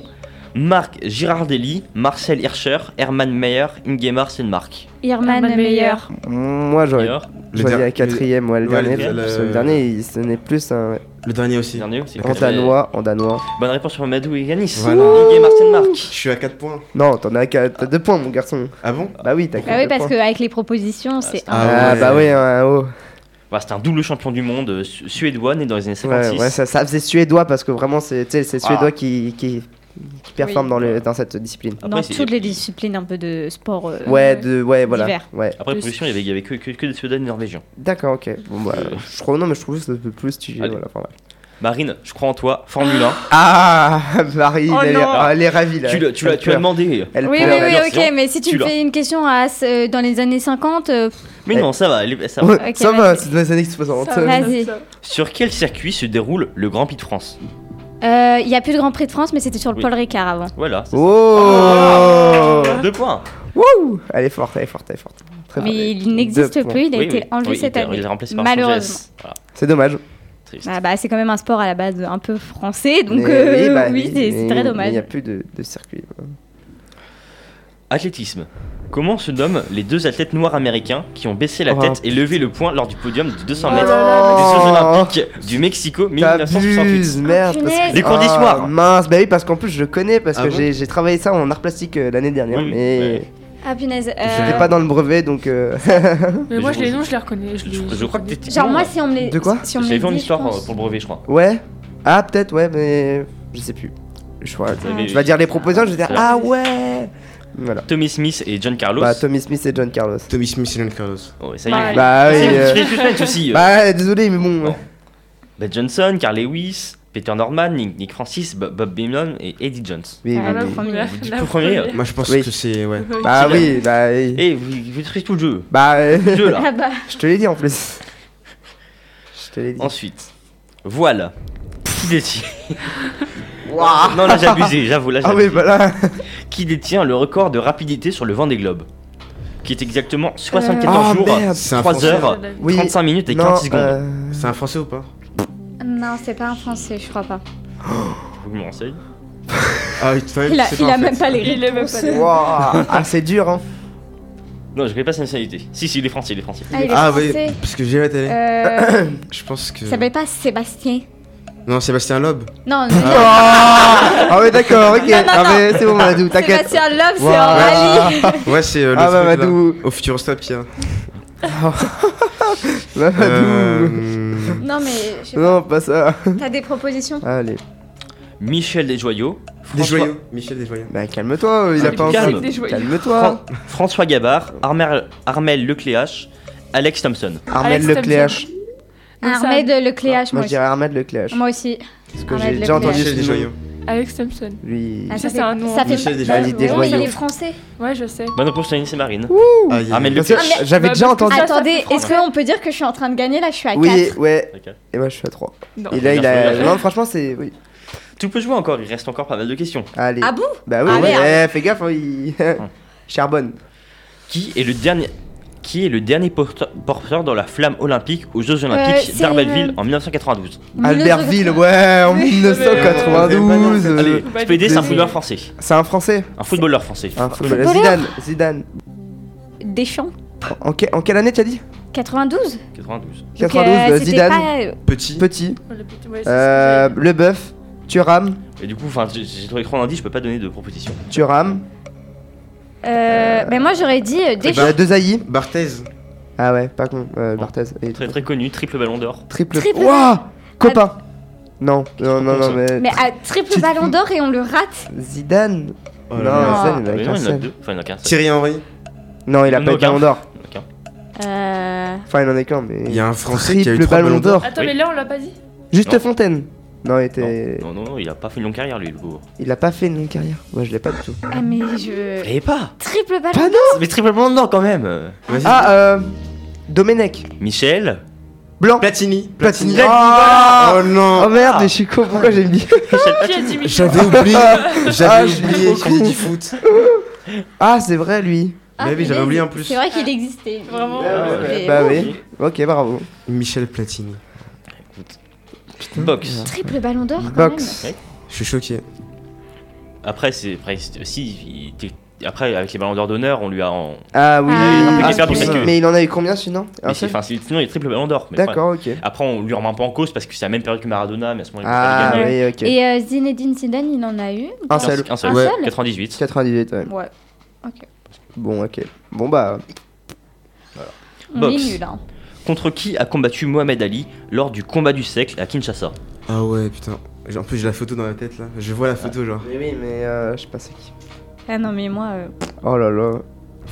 G: Marc Girardelli, Marcel Hirscher, Hermann Meyer, Ingemar Stenmark.
E: Irman
H: Herman
E: Meyer.
C: Ah
E: Bah
C: Moi, j'aurais.
G: Meyer,
C: J'aurais dit la quatrième, ouais, le
D: ouais,
C: dernier.
G: le-
C: parce que
D: le-
C: Le dernier, il- ce n'est plus un.
D: le dernier aussi.
G: dernier, c'est
C: En
G: que-
C: danois, en danois.
G: Bonne réponse sur Madou et Yanis.
D: Voilà.
G: Ingemar
D: Je
G: Stenmark.
D: suis à 4 points.
C: Non, t'en as qu'à- t'as deux points, mon garçon.
D: Ah bon
C: Bah oui, t'as que
E: Bah oui,
C: deux
E: parce
C: points.
E: que avec les propositions, c'est
D: Ah
E: un.
C: Ah,
D: ouais.
C: bah oui, hein, oh.
G: Voilà, Bah, c'est un double champion du monde euh, su- suédois né dans les années 56.
C: Ouais, ouais, ça, ça faisait suédois parce que vraiment, c'est tu sais, c'est
G: Ah.
C: suédois qui, qui, qui performe
E: Oui.
C: dans, le, dans cette discipline.
G: Après,
E: Dans
G: c'est-
E: toutes les disciplines un peu de sport. euh,
C: Ouais, de, ouais, voilà.
E: Divers.
C: Ouais.
G: Après la position, il y avait, il y avait que, que, que des Suédois et des Norvégiens.
C: D'accord, ok. Bon, bah, je trouve, non, mais je trouve que c'est un peu plus tu
G: Allez.
C: voilà, enfin, ouais.
G: Marine, je crois en toi. Formule 1.
C: Ah, *laughs* Marie,
E: Oh
C: elle, est-
E: non.
C: ah, elle est ravie là.
G: tu l'as- tu l'as
C: Elle
G: tu l'as
C: pleure.
G: demandé.
C: Elle
E: Oui, oui,
C: pleure,
E: oui,
G: la
E: ok,
G: version,
E: mais si tu me
G: tu l'as.
E: fais une question à, ce- dans les années 50, euh,
G: Mais
C: Ouais.
G: non, ça va. elle est- Ça
C: elle-
G: va.
E: Ok,
C: ça va,
E: vas-y.
C: c'est dans les années 60.
H: Ça,
E: Vas-y.
H: ça, ça.
G: Sur quel circuit se déroule le Grand Prix de France
E: euh, il y a plus de Grand Prix de France, mais c'était sur le
G: Oui.
E: Paul Ricard avant.
G: Voilà. c'est-
C: Oh,
G: Deux points.
C: Wouh Elle est forte, elle est forte, elle est forte. Très
E: Mais
C: forte.
E: il n'existe
C: Deux points.
E: plus, il a
G: Oui,
E: été
G: oui.
E: enlevé
G: Oui,
E: cette
G: il a-
E: année.
G: Il est remplacé par
E: Malheureusement.
G: Sogès. Voilà,
C: C'est dommage.
G: triste.
E: Ah bah, c'est quand même un sport à la base un peu français, donc
C: Mais
E: euh, oui,
C: bah
E: c'est
C: mais-
E: c'est très
C: mais Il n'y a
E: dommage.
C: plus de, de circuit.
G: Athlétisme. Comment se nomment les deux athlètes noirs américains qui ont baissé la
C: Oh,
G: tête et levé le poing lors du podium de 200
H: Oh
G: mètres
H: là
G: des Jeux
C: Oh,
G: Olympiques du Mexico 1968
C: T'abuses, merde. parce que-
E: punaise.
G: Les cours d'histoire.
C: Ah, Mince, bah oui, parce qu'en plus je connais, parce
D: Ah
C: que
D: bon
C: j'ai- j'ai travaillé ça en art plastique euh, l'année dernière,
G: Oui, oui,
C: mais
G: ouais.
E: Ah punaise.
C: j'étais
E: euh,
C: pas dans le brevet donc. euh,
E: *laughs*
H: Mais moi,
G: je-
H: je les noms, je les reconnais.
G: Je,
H: les-
G: je crois que t'étais.
E: Genre moi si on me les...
C: De quoi
E: si on me
G: J'avais
E: les
G: vu en
E: dit, je
G: histoire
E: pense.
G: euh, pour le brevet, je crois.
C: ouais Ah, peut-être, ouais, mais je sais plus. Je crois.
G: J'avais-
C: Tu vas dire les propositions, je vais dire
G: Ouais.
C: ah ouais Voilà.
G: Tommy Smith et John Carlos.
C: Bah, Tommy Smith et John Carlos.
D: Tommy Smith et John Carlos.
G: Oh, ça y
E: Bah,
G: est.
C: Bah oui.
G: C'est
C: euh,
G: c'est les plus fans aussi. euh.
C: Bah, désolé, mais bon.
G: Bon. Ben Johnson, Carl Lewis, Peter Norman, Nick, Nick Francis, Bo- Bob Beamon et Eddie Jones.
C: Oui,
E: Ah,
C: oui,
E: la
C: oui.
E: première.
G: Vous dites
H: La
G: tout premier.
H: première.
D: Moi je pense
C: Oui.
D: que c'est. Ouais.
E: Mhm.
C: Bah
G: C'est
C: oui, bah oui.
G: Et vous, vous détruisez tout le jeu.
C: Bah, euh, *laughs*
G: Le
E: *laughs*
G: jeu là.
E: Ah bah,
C: je te l'ai dit en plus. Je te l'ai dit.
G: Ensuite, voile. qui détient. Non, là j'ai abusé, j'avoue. là, j'ai
C: Ah oui,
G: abusé.
C: bah là.
G: Qui détient le record de rapidité sur le vent des globes Qui est exactement 74
C: Ah,
G: jours,
C: merde.
D: C'est un
G: 3
D: Français.
G: heures,
C: Oui.
G: 35 minutes et
C: Non,
G: 40 secondes.
C: euh,
D: C'est un français ou pas
E: Non, c'est pas un français, je crois pas.
G: Vous me renseignez
D: Ah oui, toi,
E: Il a,
D: tu sais
E: il
D: pas,
E: a
D: en
E: même
D: fait.
E: pas les
H: Il est même
E: réponses.
H: pas là.
C: Wouah, ah, c'est dur, hein.
G: Non, je connais pas sa nationalité. Si, si, il est français, il est français.
E: Ah, il est
D: Ah oui,
E: français.
D: parce que j'ai la télé.
E: Euh,
D: Je pense que.
E: il s'appelle pas Sébastien.
D: Non, Sébastien Loeb.
E: Non,
C: Oh
E: non,
C: ah ouais, d'accord, ok.
E: Non, non,
C: Ah
E: non.
C: mais c'est bon, Madou, t'inquiète.
E: Sébastien Love, c'est
C: Wouah.
E: Aurélie.
D: Ouais, c'est euh, le
C: Ah bah
D: truc, là.
C: Madou.
D: Au Futurostop, il y a.
C: Bah, Madou. Ah.
D: Euh,
E: Non, mais je sais pas.
C: Non, pas ça.
E: t'as des propositions
C: Allez,
G: Michel Desjoyaux,
D: Des
G: François,
D: joyaux. Michel Des joyaux.
C: bah calme-toi, il a
H: Ah,
C: pas
G: calme.
C: encore.
H: Des joyeux.
C: Calme-toi.
G: Fran- François Gabard, Armel, Armel Lecléache, Alex Thompson.
C: Armel
H: Alex
C: Lecléache.
H: Donc Ah, ça-
E: Armée de Lecléache,
C: Ah, Moi
E: moi
C: je
E: aussi.
C: dirais Armel Lecléache.
E: Moi aussi.
C: Parce que
E: Armel
C: j'ai déjà entendu
E: Lecléache.
D: Michel
C: ce nom.
D: Des joyaux.
H: Alex Thompson.
C: Lui.
E: Ah,
H: Ça, c'est un nom
E: Ça
H: en
E: fait
D: Michel
E: pas-
C: Desjoyaux.
E: Oui, mais
C: Desjoyaux.
E: il est français.
H: Ouais, je sais.
G: Bonne réponse, Tanine, c'est Marine.
D: Aïe, aïe,
G: Armel
D: aïe.
C: Parce que
E: Ah, mais-
C: J'avais
H: Bah,
C: déjà
H: parce que
C: entendu.
H: ça, ça
E: Attendez,
H: fait
E: est-ce qu'on peut dire que je suis en train de gagner Là, je suis à 4.
C: Oui, ouais.
G: Ok.
C: Et moi je suis à 3.
H: Non.
C: Et là il a.
G: Merci, merci.
C: Non, franchement c'est. Oui.
G: Tout peut jouer encore, il reste encore pas mal de questions.
C: Allez.
E: Ah bon
C: Bah oui,
E: Ah,
C: ouais,
E: merde.
C: eh, fais gaffe, hein, il. *laughs* Charbonne.
G: Qui est le dernier qui est le dernier porteur, porteur dans la flamme olympique aux Jeux
E: Euh,
G: Olympiques
E: c'est,
G: d'Arbetville
E: euh,
G: en 1992
C: Albertville, ouais, en
H: Oui.
C: 1992. euh,
G: Allez,
H: Bah,
G: Spédé, c'est un
C: désolé.
G: footballeur français.
C: C'est Ah. un français.
G: Un footballeur français.
C: Un footballeur.
E: footballeur.
C: Zidane. Zidane.
E: Deschamps,
C: En, que- en quelle année t'as dit
E: 92.
G: 92.
E: Donc,
C: 92,
E: euh,
C: euh,
E: c'était
C: Zidane,
E: pas-
D: Petit.
C: Petit,
H: Ouais, c'est ce que
C: euh,
H: j'avais dit.
C: Le Bœuf, Thuram,
G: Et du coup, enfin, j'ai j'ai trouvé trop d'indices, je peux pas donner de propositions.
C: Thuram,
E: Euh, ben moi j'aurais dit euh,
C: il
E: Deschamps.
C: y a deux Aïe.
D: Barthez.
C: Ah ouais, pas con, euh, Barthez. Et
G: Très très connu, triple ballon d'or.
C: triple.
E: Triple. Ah.
C: Ouah Copain Non, non, non, non, mais.
E: Mais ah. à triple
C: Petite-
E: ballon d'or et on le rate.
C: Zidane
D: Oh
C: Non,
D: là là.
E: là.
C: Zidane, il en
G: Ah, Mais
C: a qu'un
G: non, il y en a
C: seul.
G: deux. Enfin, il y en a qu'un seul.
D: Thierry Henry.
C: Non, il a
G: Il en
C: pas
G: a
C: eu de ballon
G: aucun.
C: d'or.
G: Il y en a qu'un.
E: Euh,
C: Enfin, il en est qu'un, mais.
D: Il y a un français qui a eu
C: Triple
D: trois
C: ballon
D: ballons
C: d'or.
H: Attends,
G: Oui.
H: mais là, on l'a pas dit.
C: Juste
G: Non.
C: Fontaine. Non, il était.
G: Non, non, non, il a pas fait une longue carrière lui, le pauvre.
C: Il a pas fait une longue carrière. Moi, je l'ai pas du tout.
E: ah mais je
G: Et pas
E: triple ballon.
C: Pas non
G: Mais Ah, triple ballon d'or quand même
D: Vas-y.
C: Ah, euh. Domenech.
G: Michel
C: Blanc.
D: Platini.
C: Platini.
D: Ah,
C: Ah
D: oh non.
C: Oh merde, mais je suis con, pourquoi j'ai
D: *laughs*
C: mis
G: Michel
H: Qui a
G: Platini
H: dit Michel
D: J'avais oublié.
C: Ah,
D: J'avais
C: je
D: oublié
C: suis trop
D: qu'il y
C: con.
D: du foot.
C: Ah, c'est vrai, lui.
E: Ah,
D: Mais oui, j'avais
E: punaise.
D: oublié en plus.
E: C'est vrai qu'il existait.
H: Vraiment.
G: ouais,
E: Mais
C: Bah
E: bon.
C: oui. Ok, bravo.
D: Michel Platini.
G: Box.
E: Triple ballon d'or Oh, quand même.
C: Box.
D: Je suis choqué.
G: Après, c'est. Après, c'est- si, il était- après, avec les ballons d'or d'honneur, on lui a. En...
C: Ah oui.
E: Ah,
G: Il a perdu
C: c'est-
D: quelques-
C: mais il en a eu combien sinon
G: mais c'est- enfin, c'est- sinon, il est triple ballon d'or. mais
C: Ah, D'accord, ok.
G: pas- Après, on lui remet un peu en cause parce que c'est la même période que Maradona, mais à ce moment-là, il
C: Ah
G: a gagné.
C: oui, ok. Ah,
E: Et euh, Zinedine Zidane, il en a eu.
C: Un seul.
G: Un seul.
D: Ouais.
G: 98.
C: 98, ouais.
E: Ouais.
C: Bon, ok. Bon, bah.
E: On
G: Box.
E: est nul. Hein.
G: Contre qui a combattu Mohamed Ali lors du combat du siècle à Kinshasa
D: Ah ouais, putain. J'ai- En plus, j'ai la photo dans la tête là. Je vois la photo, genre.
C: Mais oui, mais euh, je sais pas c'est qui.
E: Ah non mais moi. euh,
C: Oh là là.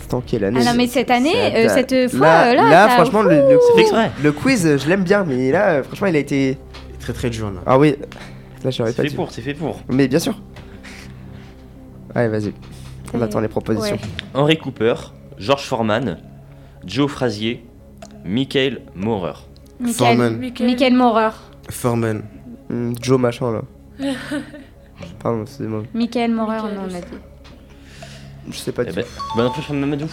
C: C'était en quelle année
E: Ah non mais cette année,
C: C'est
E: euh,
C: la-
E: cette fois
C: Là,
E: euh, là,
C: là,
E: t'as-
C: franchement, le, le-
G: C'est fait exprès.
C: le quiz, euh, je l'aime bien, mais là, euh, franchement, il a été.
D: Très très dur là.
C: Ah oui. Là, j'aurais
G: C'est
C: pas
G: fait
C: dû.
G: pour, c'est fait pour.
C: Mais bien sûr. Allez, vas-y. On
E: Ouais.
C: attend les propositions.
E: Ouais.
G: Henry Cooper, George Foreman, Joe Frazier, Michael Maurer.
E: Michael,
D: Foreman.
E: Michael Maurer.
D: Foreman.
C: Hmm, Joe machin là.
E: *laughs*
C: Pardon, c'est moi.
E: Michael Maurer,
H: Michael
E: non, on a
H: aussi.
E: dit.
C: Je sais pas
G: Eh
C: du
G: ben,
C: tout.
G: bonne réponse, Mamadou.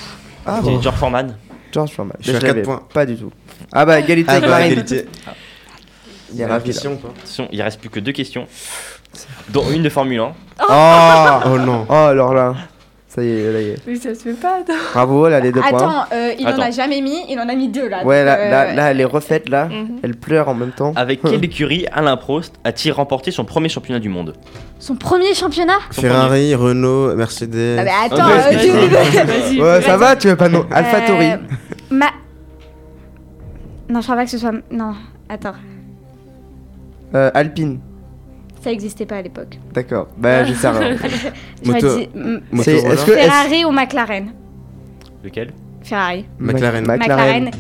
C: Ah
G: C'est
C: bon.
G: George Foreman.
C: George Foreman.
D: Je suis à
C: l'avais
D: quatre points.
C: Pas du tout. Ah bah égalité
D: Ah
C: avec
D: bah,
C: Marine.
D: égalité. Ah,
C: Il y a la question.
D: question ou pas
G: Sinon, il reste plus que deux questions, dont une de Formule 1.
C: Oh
D: Oh non.
C: Oh alors là. Ça y est, là y est.
H: Mais ça se fait pas, attends.
C: Bravo, là les deux points.
E: Attends, euh, il en a
G: Attends.
E: jamais mis, il en a mis deux là.
C: hein Ouais,
E: donc,
C: là,
E: euh,
C: là, là, elle est refaite là.
E: Mhm.
C: Elle pleure en même temps.
D: Ah,
G: Avec quelle écurie Alain Prost a-t-il remporté son premier championnat du monde
E: Son premier championnat
G: Son
D: Ferrari, Renault, Mercedes.
E: Ah bah attends, euh,
G: Ah, mais-
E: tu- *laughs*
H: Vas-y.
C: Ouais, ça va, tu veux pas non *laughs* Alpha Tori.
E: Euh, Ma... Non, je crois pas que ce soit... Non, attends,
C: Euh, Alpine.
E: ça existait pas à l'époque.
C: D'accord. Bah je sais rien.
E: J'aurais
D: Moto-
E: dit mm,
C: C'est-
D: Motorola.
C: Est-ce que est-ce-
E: Ferrari ou McLaren
G: Lequel
E: Ferrari.
D: *laughs* McLaren.
C: Mac-
E: McLaren.
C: McLaren.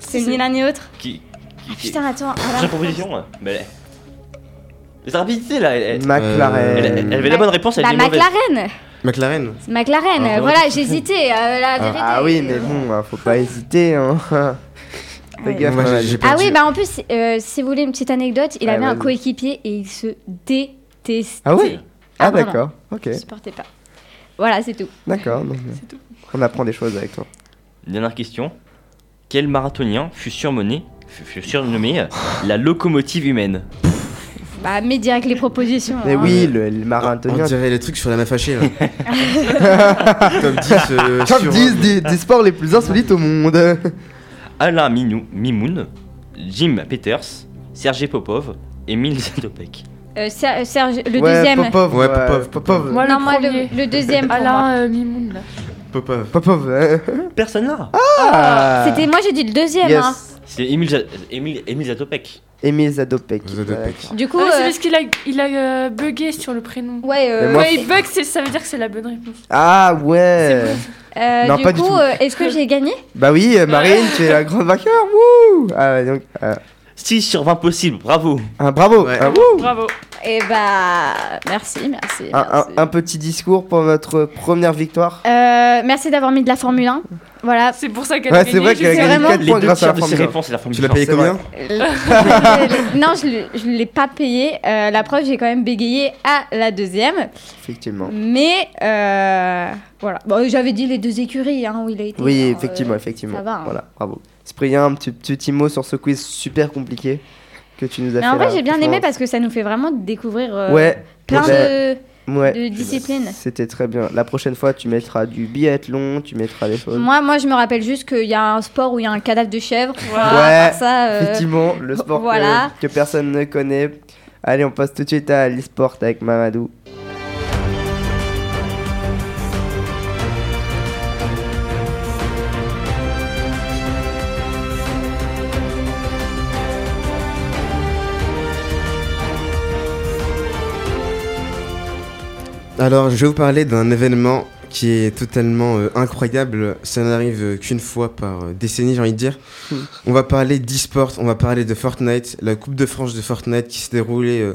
E: C'est ni l'un ni l'autre.
G: Qui,
E: Ah
G: qui- qui-
E: putain, attends.
G: Prochaine proposition ouais. Mais elle- Les rapidités là, elle, elle-
D: Euh,
G: elle-
C: McLaren.
G: elle avait la bonne réponse, elle
E: La
G: était mauvaise.
E: Bah, McLaren
D: McLaren.
E: C'est McLaren,
D: Ah,
E: euh,
D: ouais.
E: Ah, voilà, j'hésitais, euh, la vérité.
C: bah, *laughs* Ah oui, mais bon, hein, faut pas hésiter. Hein. Fais gaffe,
D: Moi, j'ai-
C: Maman.
D: j'ai
E: Ah
D: perdu.
E: oui, bah en plus, euh, si vous voulez une petite anecdote, il
C: Ouais,
E: avait un
C: vas-y.
E: coéquipier et il se détestait.
C: Ah ouais
E: Ah,
C: Ah
E: pardon.
C: d'accord, ok,
E: Je supportais pas. Voilà, c'est tout.
C: d'accord. donc, euh, On apprend des choses avec toi.
G: Dernière question. Quel marathonien fut surmené- fut- fut surnommé euh, la locomotive humaine
E: Bah, mais direct les propositions.
C: Mais
E: hein.
C: oui, le, le
D: Ah, On-
C: marathonien.
D: On dirait les trucs sur la
E: *laughs*
D: mafachée là. Top 10. euh,
C: Top
D: sur-
C: 10 des, des sports les plus insolites au monde.
G: Alain Minou, Mimoun, Jim Peters, Sergei Popov, Émile Zadopek.
E: Euh, Ser- euh, Serge, le
C: ouais,
E: deuxième.
C: Popov.
D: Ouais, Popov.
C: Popov.
H: Moi,
E: non,
H: le
E: moi,
H: premier.
E: le, le deuxième. pour moi.
H: Alain euh, Mimoun, là.
D: Popov.
C: Popov. euh,
G: Personne là
C: ah.
E: C'était moi, j'ai dit le deuxième. hein.
C: Yes.
G: C'est Émile Za- Émile- Émile Zadopek.
C: Émile Zadopek.
D: Zadopek.
E: Du coup,
H: Ah,
E: euh,
H: c'est parce qu'il a, il a euh, bugué sur le prénom.
E: ouais. euh,
C: Mais moi,
H: Quand il bug, c'est- ça veut dire que c'est la bonne réponse.
C: Ah ouais.
E: euh,
C: Non,
E: du
C: pas du
E: coup,
C: tout.
E: euh, est-ce que j'ai gagné
C: Bah oui, euh, Marine, tu es la grande vainqueur. Wouh. Ah, ouais, donc, euh,
G: 6 sur 20 possible, bravo
C: un bravo.
D: Ouais.
C: un wouh.
H: Bravo.
E: Eh bah, merci, merci.
C: Un, un-
E: merci.
C: un petit discours pour votre première victoire.
E: Euh, merci d'avoir mis de la Formule 1. Voilà.
H: C'est pour ça qu'elle
C: Ouais,
H: a
C: c'est
H: gagné.
C: vrai
H: je
C: qu'elle a
H: sais.
C: gagné.
E: vraiment-
C: quatre
G: Les
C: points
G: deux
C: grâce à
G: tiers
C: la
G: de ses
C: Formule
G: réponses et la Formule
D: Tu l'as
G: 1.
D: payé
C: C'est
D: combien
E: Euh, *laughs* non, je l'ai- je l'ai pas payé. Euh, la preuve, j'ai quand même bégayé à la deuxième.
C: Effectivement.
E: Mais euh, voilà. Bon, j'avais dit les deux écuries hein, où il a été.
C: Oui,
E: Alors,
C: effectivement,
E: euh,
C: effectivement.
E: ça va, hein.
C: Voilà, bravo. Cyprien, un petit, petit mot sur ce quiz super compliqué que tu nous as
E: Mais
C: fait.
E: en vrai,
C: là.
E: j'ai bien
C: Franchement,
E: aimé parce que ça nous fait vraiment découvrir euh,
C: Ouais.
E: plein
C: Bah,
E: de,
C: Ouais.
E: de disciplines.
C: C'était très bien. La prochaine fois, tu mettras du biathlon, tu mettras des choses.
E: Moi, moi, je me rappelle juste qu'il y a un sport où il y a un cadavre de chèvre. Voilà,
C: Ouais,
E: à part ça, euh,
C: Effectivement, le sport que-
E: voilà.
C: que, personne ne connaît. Allez, on passe tout de suite à l'e-sport avec Mamadou.
D: Alors, je vais vous parler d'un événement qui est totalement euh, incroyable. Ça n'arrive euh, qu'une fois par euh, décennie, j'ai envie de dire.
C: Hmm.
D: On va parler d'e-sport, on va parler de Fortnite, la Coupe de France de Fortnite qui s'est déroulée euh,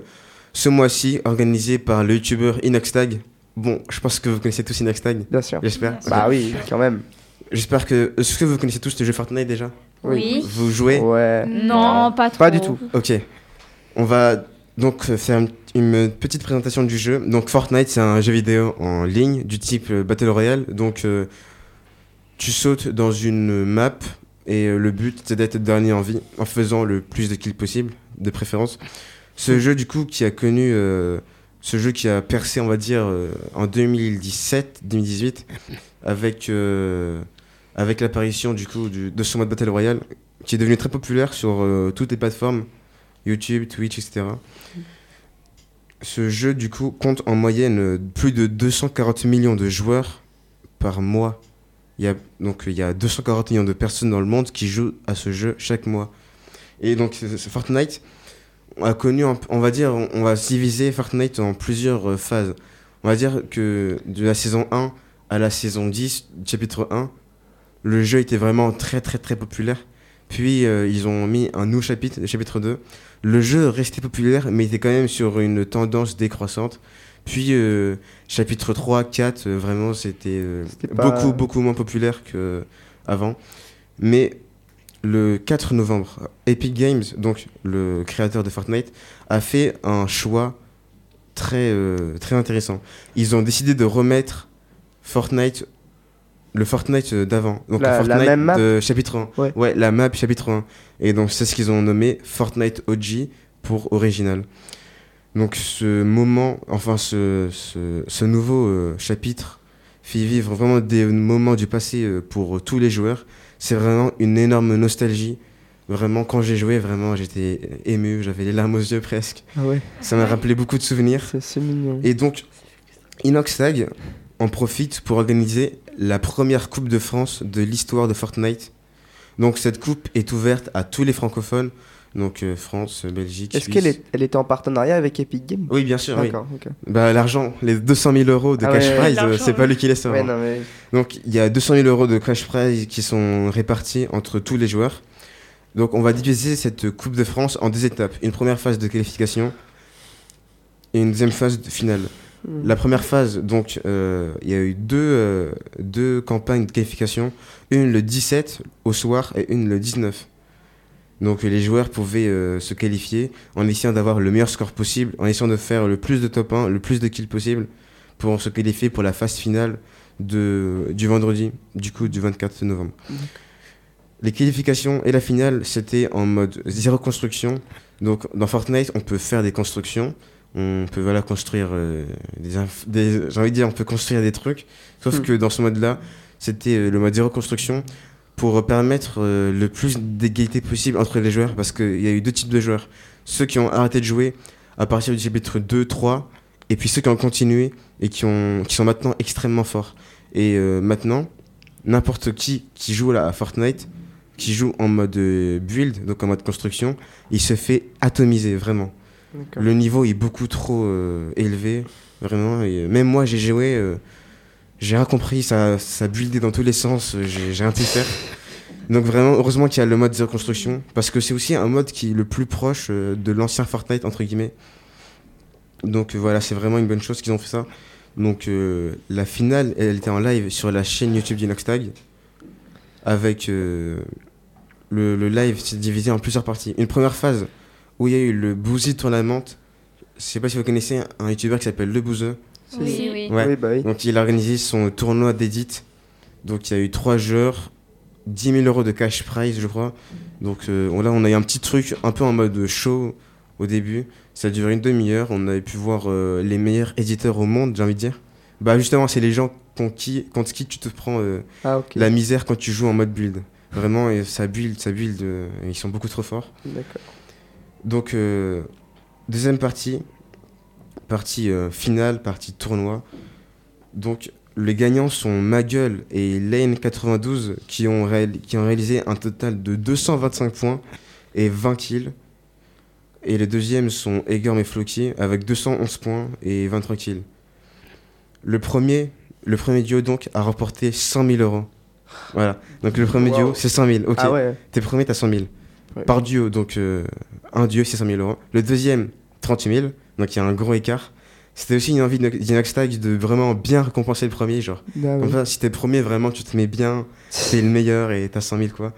D: ce mois-ci, organisée par le youtubeur Inoxtag. Bon, je pense que vous connaissez tous Inoxtag,
C: Bien sûr.
D: j'espère.
C: Bah oui, quand même.
D: J'espère que. Est-ce que vous connaissez tous le jeu Fortnite déjà
E: Oui.
D: Vous jouez
C: Ouais.
E: Non, pas trop.
C: Pas du tout.
D: Ok. On va donc euh, faire une, une petite présentation du jeu. Donc Fortnite, c'est un jeu vidéo en ligne du type euh, Battle Royale. Donc euh, tu sautes dans une euh, map et euh, le but c'est d'être le dernier en vie en faisant le plus de kills possible, de préférence. Ce jeu du coup qui a connu... euh, ce jeu qui a percé, on va dire, euh, en 2017-2018 avec, euh, avec l'apparition du coup du- de son mode Battle Royale qui est devenu très populaire sur euh, toutes les plateformes, YouTube, Twitch, etc. Ce jeu, du coup, compte en moyenne euh, plus de 240 millions de joueurs par mois. Il y a, donc, il y a 240 millions de personnes dans le monde qui jouent à ce jeu chaque mois. Et donc, ce- ce Fortnite a connu, un- on va dire, on on va diviser Fortnite en plusieurs euh, phases. On va dire que de la saison 1 à la saison 10, chapitre 1, le jeu était vraiment très très très populaire. Puis euh, ils ont mis un nouveau chapitre, le chapitre 2. Le jeu restait populaire, mais était quand même sur une tendance décroissante. Puis euh, chapitre 3, 4, euh, vraiment c'était euh,
C: C'était pas-
D: beaucoup beaucoup moins populaire qu'avant. Mais le 4 novembre, Epic Games, donc le créateur de Fortnite, a fait un choix très, euh, très intéressant. Ils ont décidé de remettre Fortnite, le Fortnite euh, d'avant. Donc
C: La- la
D: le Fortnite
C: même map
D: de chapitre 1.
C: Ouais.
D: la map chapitre 1. Et donc c'est ce qu'ils ont nommé Fortnite OG pour original. Donc ce moment, enfin ce, ce, ce nouveau euh, chapitre fait vivre vraiment des moments du passé euh, pour tous les joueurs. C'est vraiment une énorme nostalgie. Vraiment, quand j'ai joué, vraiment, j'étais ému, j'avais les larmes aux yeux *laughs* presque.
C: Ah ouais,
D: Ça m'a rappelé beaucoup de souvenirs.
C: c'est c'est mignon.
D: Et donc, Inoxtag en profite pour organiser la première Coupe de France de l'histoire de Fortnite. Donc, cette coupe est ouverte à tous les francophones, donc euh, France, Belgique.
C: Est-ce
D: Suisse.
C: qu'elle est, elle était en partenariat avec Epic Games
D: Oui, bien sûr. oui.
C: D'accord, ok.
D: Bah, L'argent, les 200 000 euros de
C: Ah
D: cash
C: ouais.
D: prize, euh,
H: L'argent,
D: c'est pas
H: ouais.
D: lui qui les sort.
C: Ouais,
D: hein.
C: non, mais...
D: Donc il y a 200 000 euros de cash prize qui sont répartis entre tous les joueurs. Donc on va diviser cette Coupe de France en deux étapes. Une première phase de qualification et une deuxième phase de finale.
C: Mm.
D: La première phase, donc euh, il y a eu deux, euh, deux campagnes de qualification. Une le 17 au soir et une le 19. Donc les joueurs pouvaient euh, se qualifier en essayant d'avoir le meilleur score possible, en essayant de faire le plus de top 1, le plus de kills possible pour se qualifier pour la phase finale de, du vendredi, du coup du 24 novembre. Les qualifications et la finale, c'était en mode zéro construction. Donc dans Fortnite, on peut faire des constructions, on peut voilà, construire euh, des, inf- des- j'ai envie de dire, on peut construire des trucs. Sauf
C: Mm.
D: que dans ce mode-là, c'était euh, le mode zéro construction pour euh, permettre euh, le plus d'égalité possible entre les joueurs, parce qu'il y a eu deux types de joueurs. Ceux qui ont arrêté de jouer à partir du chapitre 2, 3, et puis ceux qui ont continué et qui, ont, qui sont maintenant extrêmement forts. Et euh, maintenant, n'importe qui qui joue là, à Fortnite, qui joue en mode euh, build, donc en mode construction, il se fait atomiser, vraiment. Le niveau est beaucoup trop euh, élevé, vraiment. Et, euh, même moi, j'ai joué, euh, j'ai rien compris, ça, ça buildait dans tous les sens, euh, j'ai j'ai un peu peur. Donc vraiment, heureusement qu'il y a le mode zéro construction, parce que c'est aussi un mode qui est le plus proche euh, de l'ancien Fortnite, entre guillemets. Donc euh, voilà, c'est vraiment une bonne chose qu'ils ont fait ça. Donc euh, la finale, elle était en live sur la chaîne YouTube d'Inoxtag, avec euh, le, le live s'est divisé en plusieurs parties. Une première phase où il y a eu le Boozy Tournament. Je sais pas si vous connaissez un youtubeur qui s'appelle Le Bouzeux.
E: Oui, oui.
D: Ouais.
C: Oui, bah oui.
D: Donc il a organisé son tournoi d'édit. Donc il y a eu trois joueurs, 10 000 euros de cash prize, je crois. Donc euh, on- là, on a eu un petit truc un peu en mode show au début. Ça a duré une demi-heure. On avait pu voir euh, les meilleurs éditeurs au monde, j'ai envie de dire. Bah justement, c'est les gens contre qui, contre qui tu te prends euh,
C: Ah, ok.
D: la misère quand tu joues en mode build. Vraiment, et ça build, ça build. euh, et ils sont beaucoup trop forts.
C: D'accord.
D: Donc, euh, deuxième partie, partie euh, finale, partie tournoi. Donc, les gagnants sont Magueule et Lane92 qui, ont réal- qui ont réalisé un total de 225 points et 20 kills. Et les deuxièmes sont Egorm et Floki avec 211 points et 23 kills. Le premier, le premier duo donc a remporté 100 000 euros. Voilà, donc le premier duo
C: Wow.
D: c'est 100 000. ok.
C: Ah ouais.
D: T'es premier, t'as 100 000.
C: Ouais.
D: Par duo, donc euh, un duo, c'est 100 000 euros. Le deuxième, 38 000. Donc il y a un gros écart. C'était aussi une envie de d'Inoxtag de vraiment bien récompenser le premier. Genre,
C: Ah,
D: comme
C: oui.
D: ça, si t'es premier, vraiment, tu te mets bien, t'es le meilleur et t'as 100 000, quoi.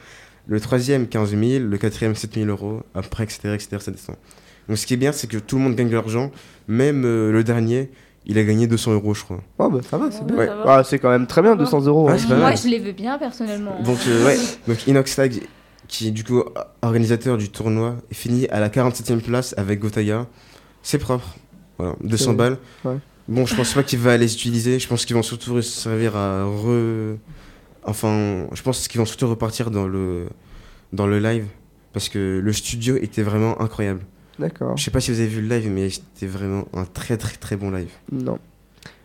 D: Le troisième, 15 000. Le quatrième, 7 000 euros. Après, etc., etc., ça descend. Donc ce qui est bien, c'est que tout le monde gagne de l'argent. Même euh, le dernier, il a gagné 200 euros, je crois.
C: Oh, bah ça va, c'est bien.
D: Ouais.
C: Ah, c'est quand même très bien, 200 euros.
D: Ouais,
C: hein.
D: c'est pas
E: Moi,
D: mal.
E: je les veux bien personnellement.
D: Donc, euh, ouais. Donc Inoxtag, qui est du coup organisateur du tournoi, finit à la 47e place avec Gotaya. C'est propre. Voilà, 200
C: Ouais.
D: balles.
C: Ouais.
D: Bon, je pense pas qu'il va les utiliser. Je pense qu'ils vont surtout se servir à re. Enfin, je pense qu'ils vont surtout repartir dans le, dans le live. Parce que le studio était vraiment incroyable.
C: D'accord.
D: Je sais pas si vous avez vu le live, mais c'était vraiment un très très très bon live.
C: Non.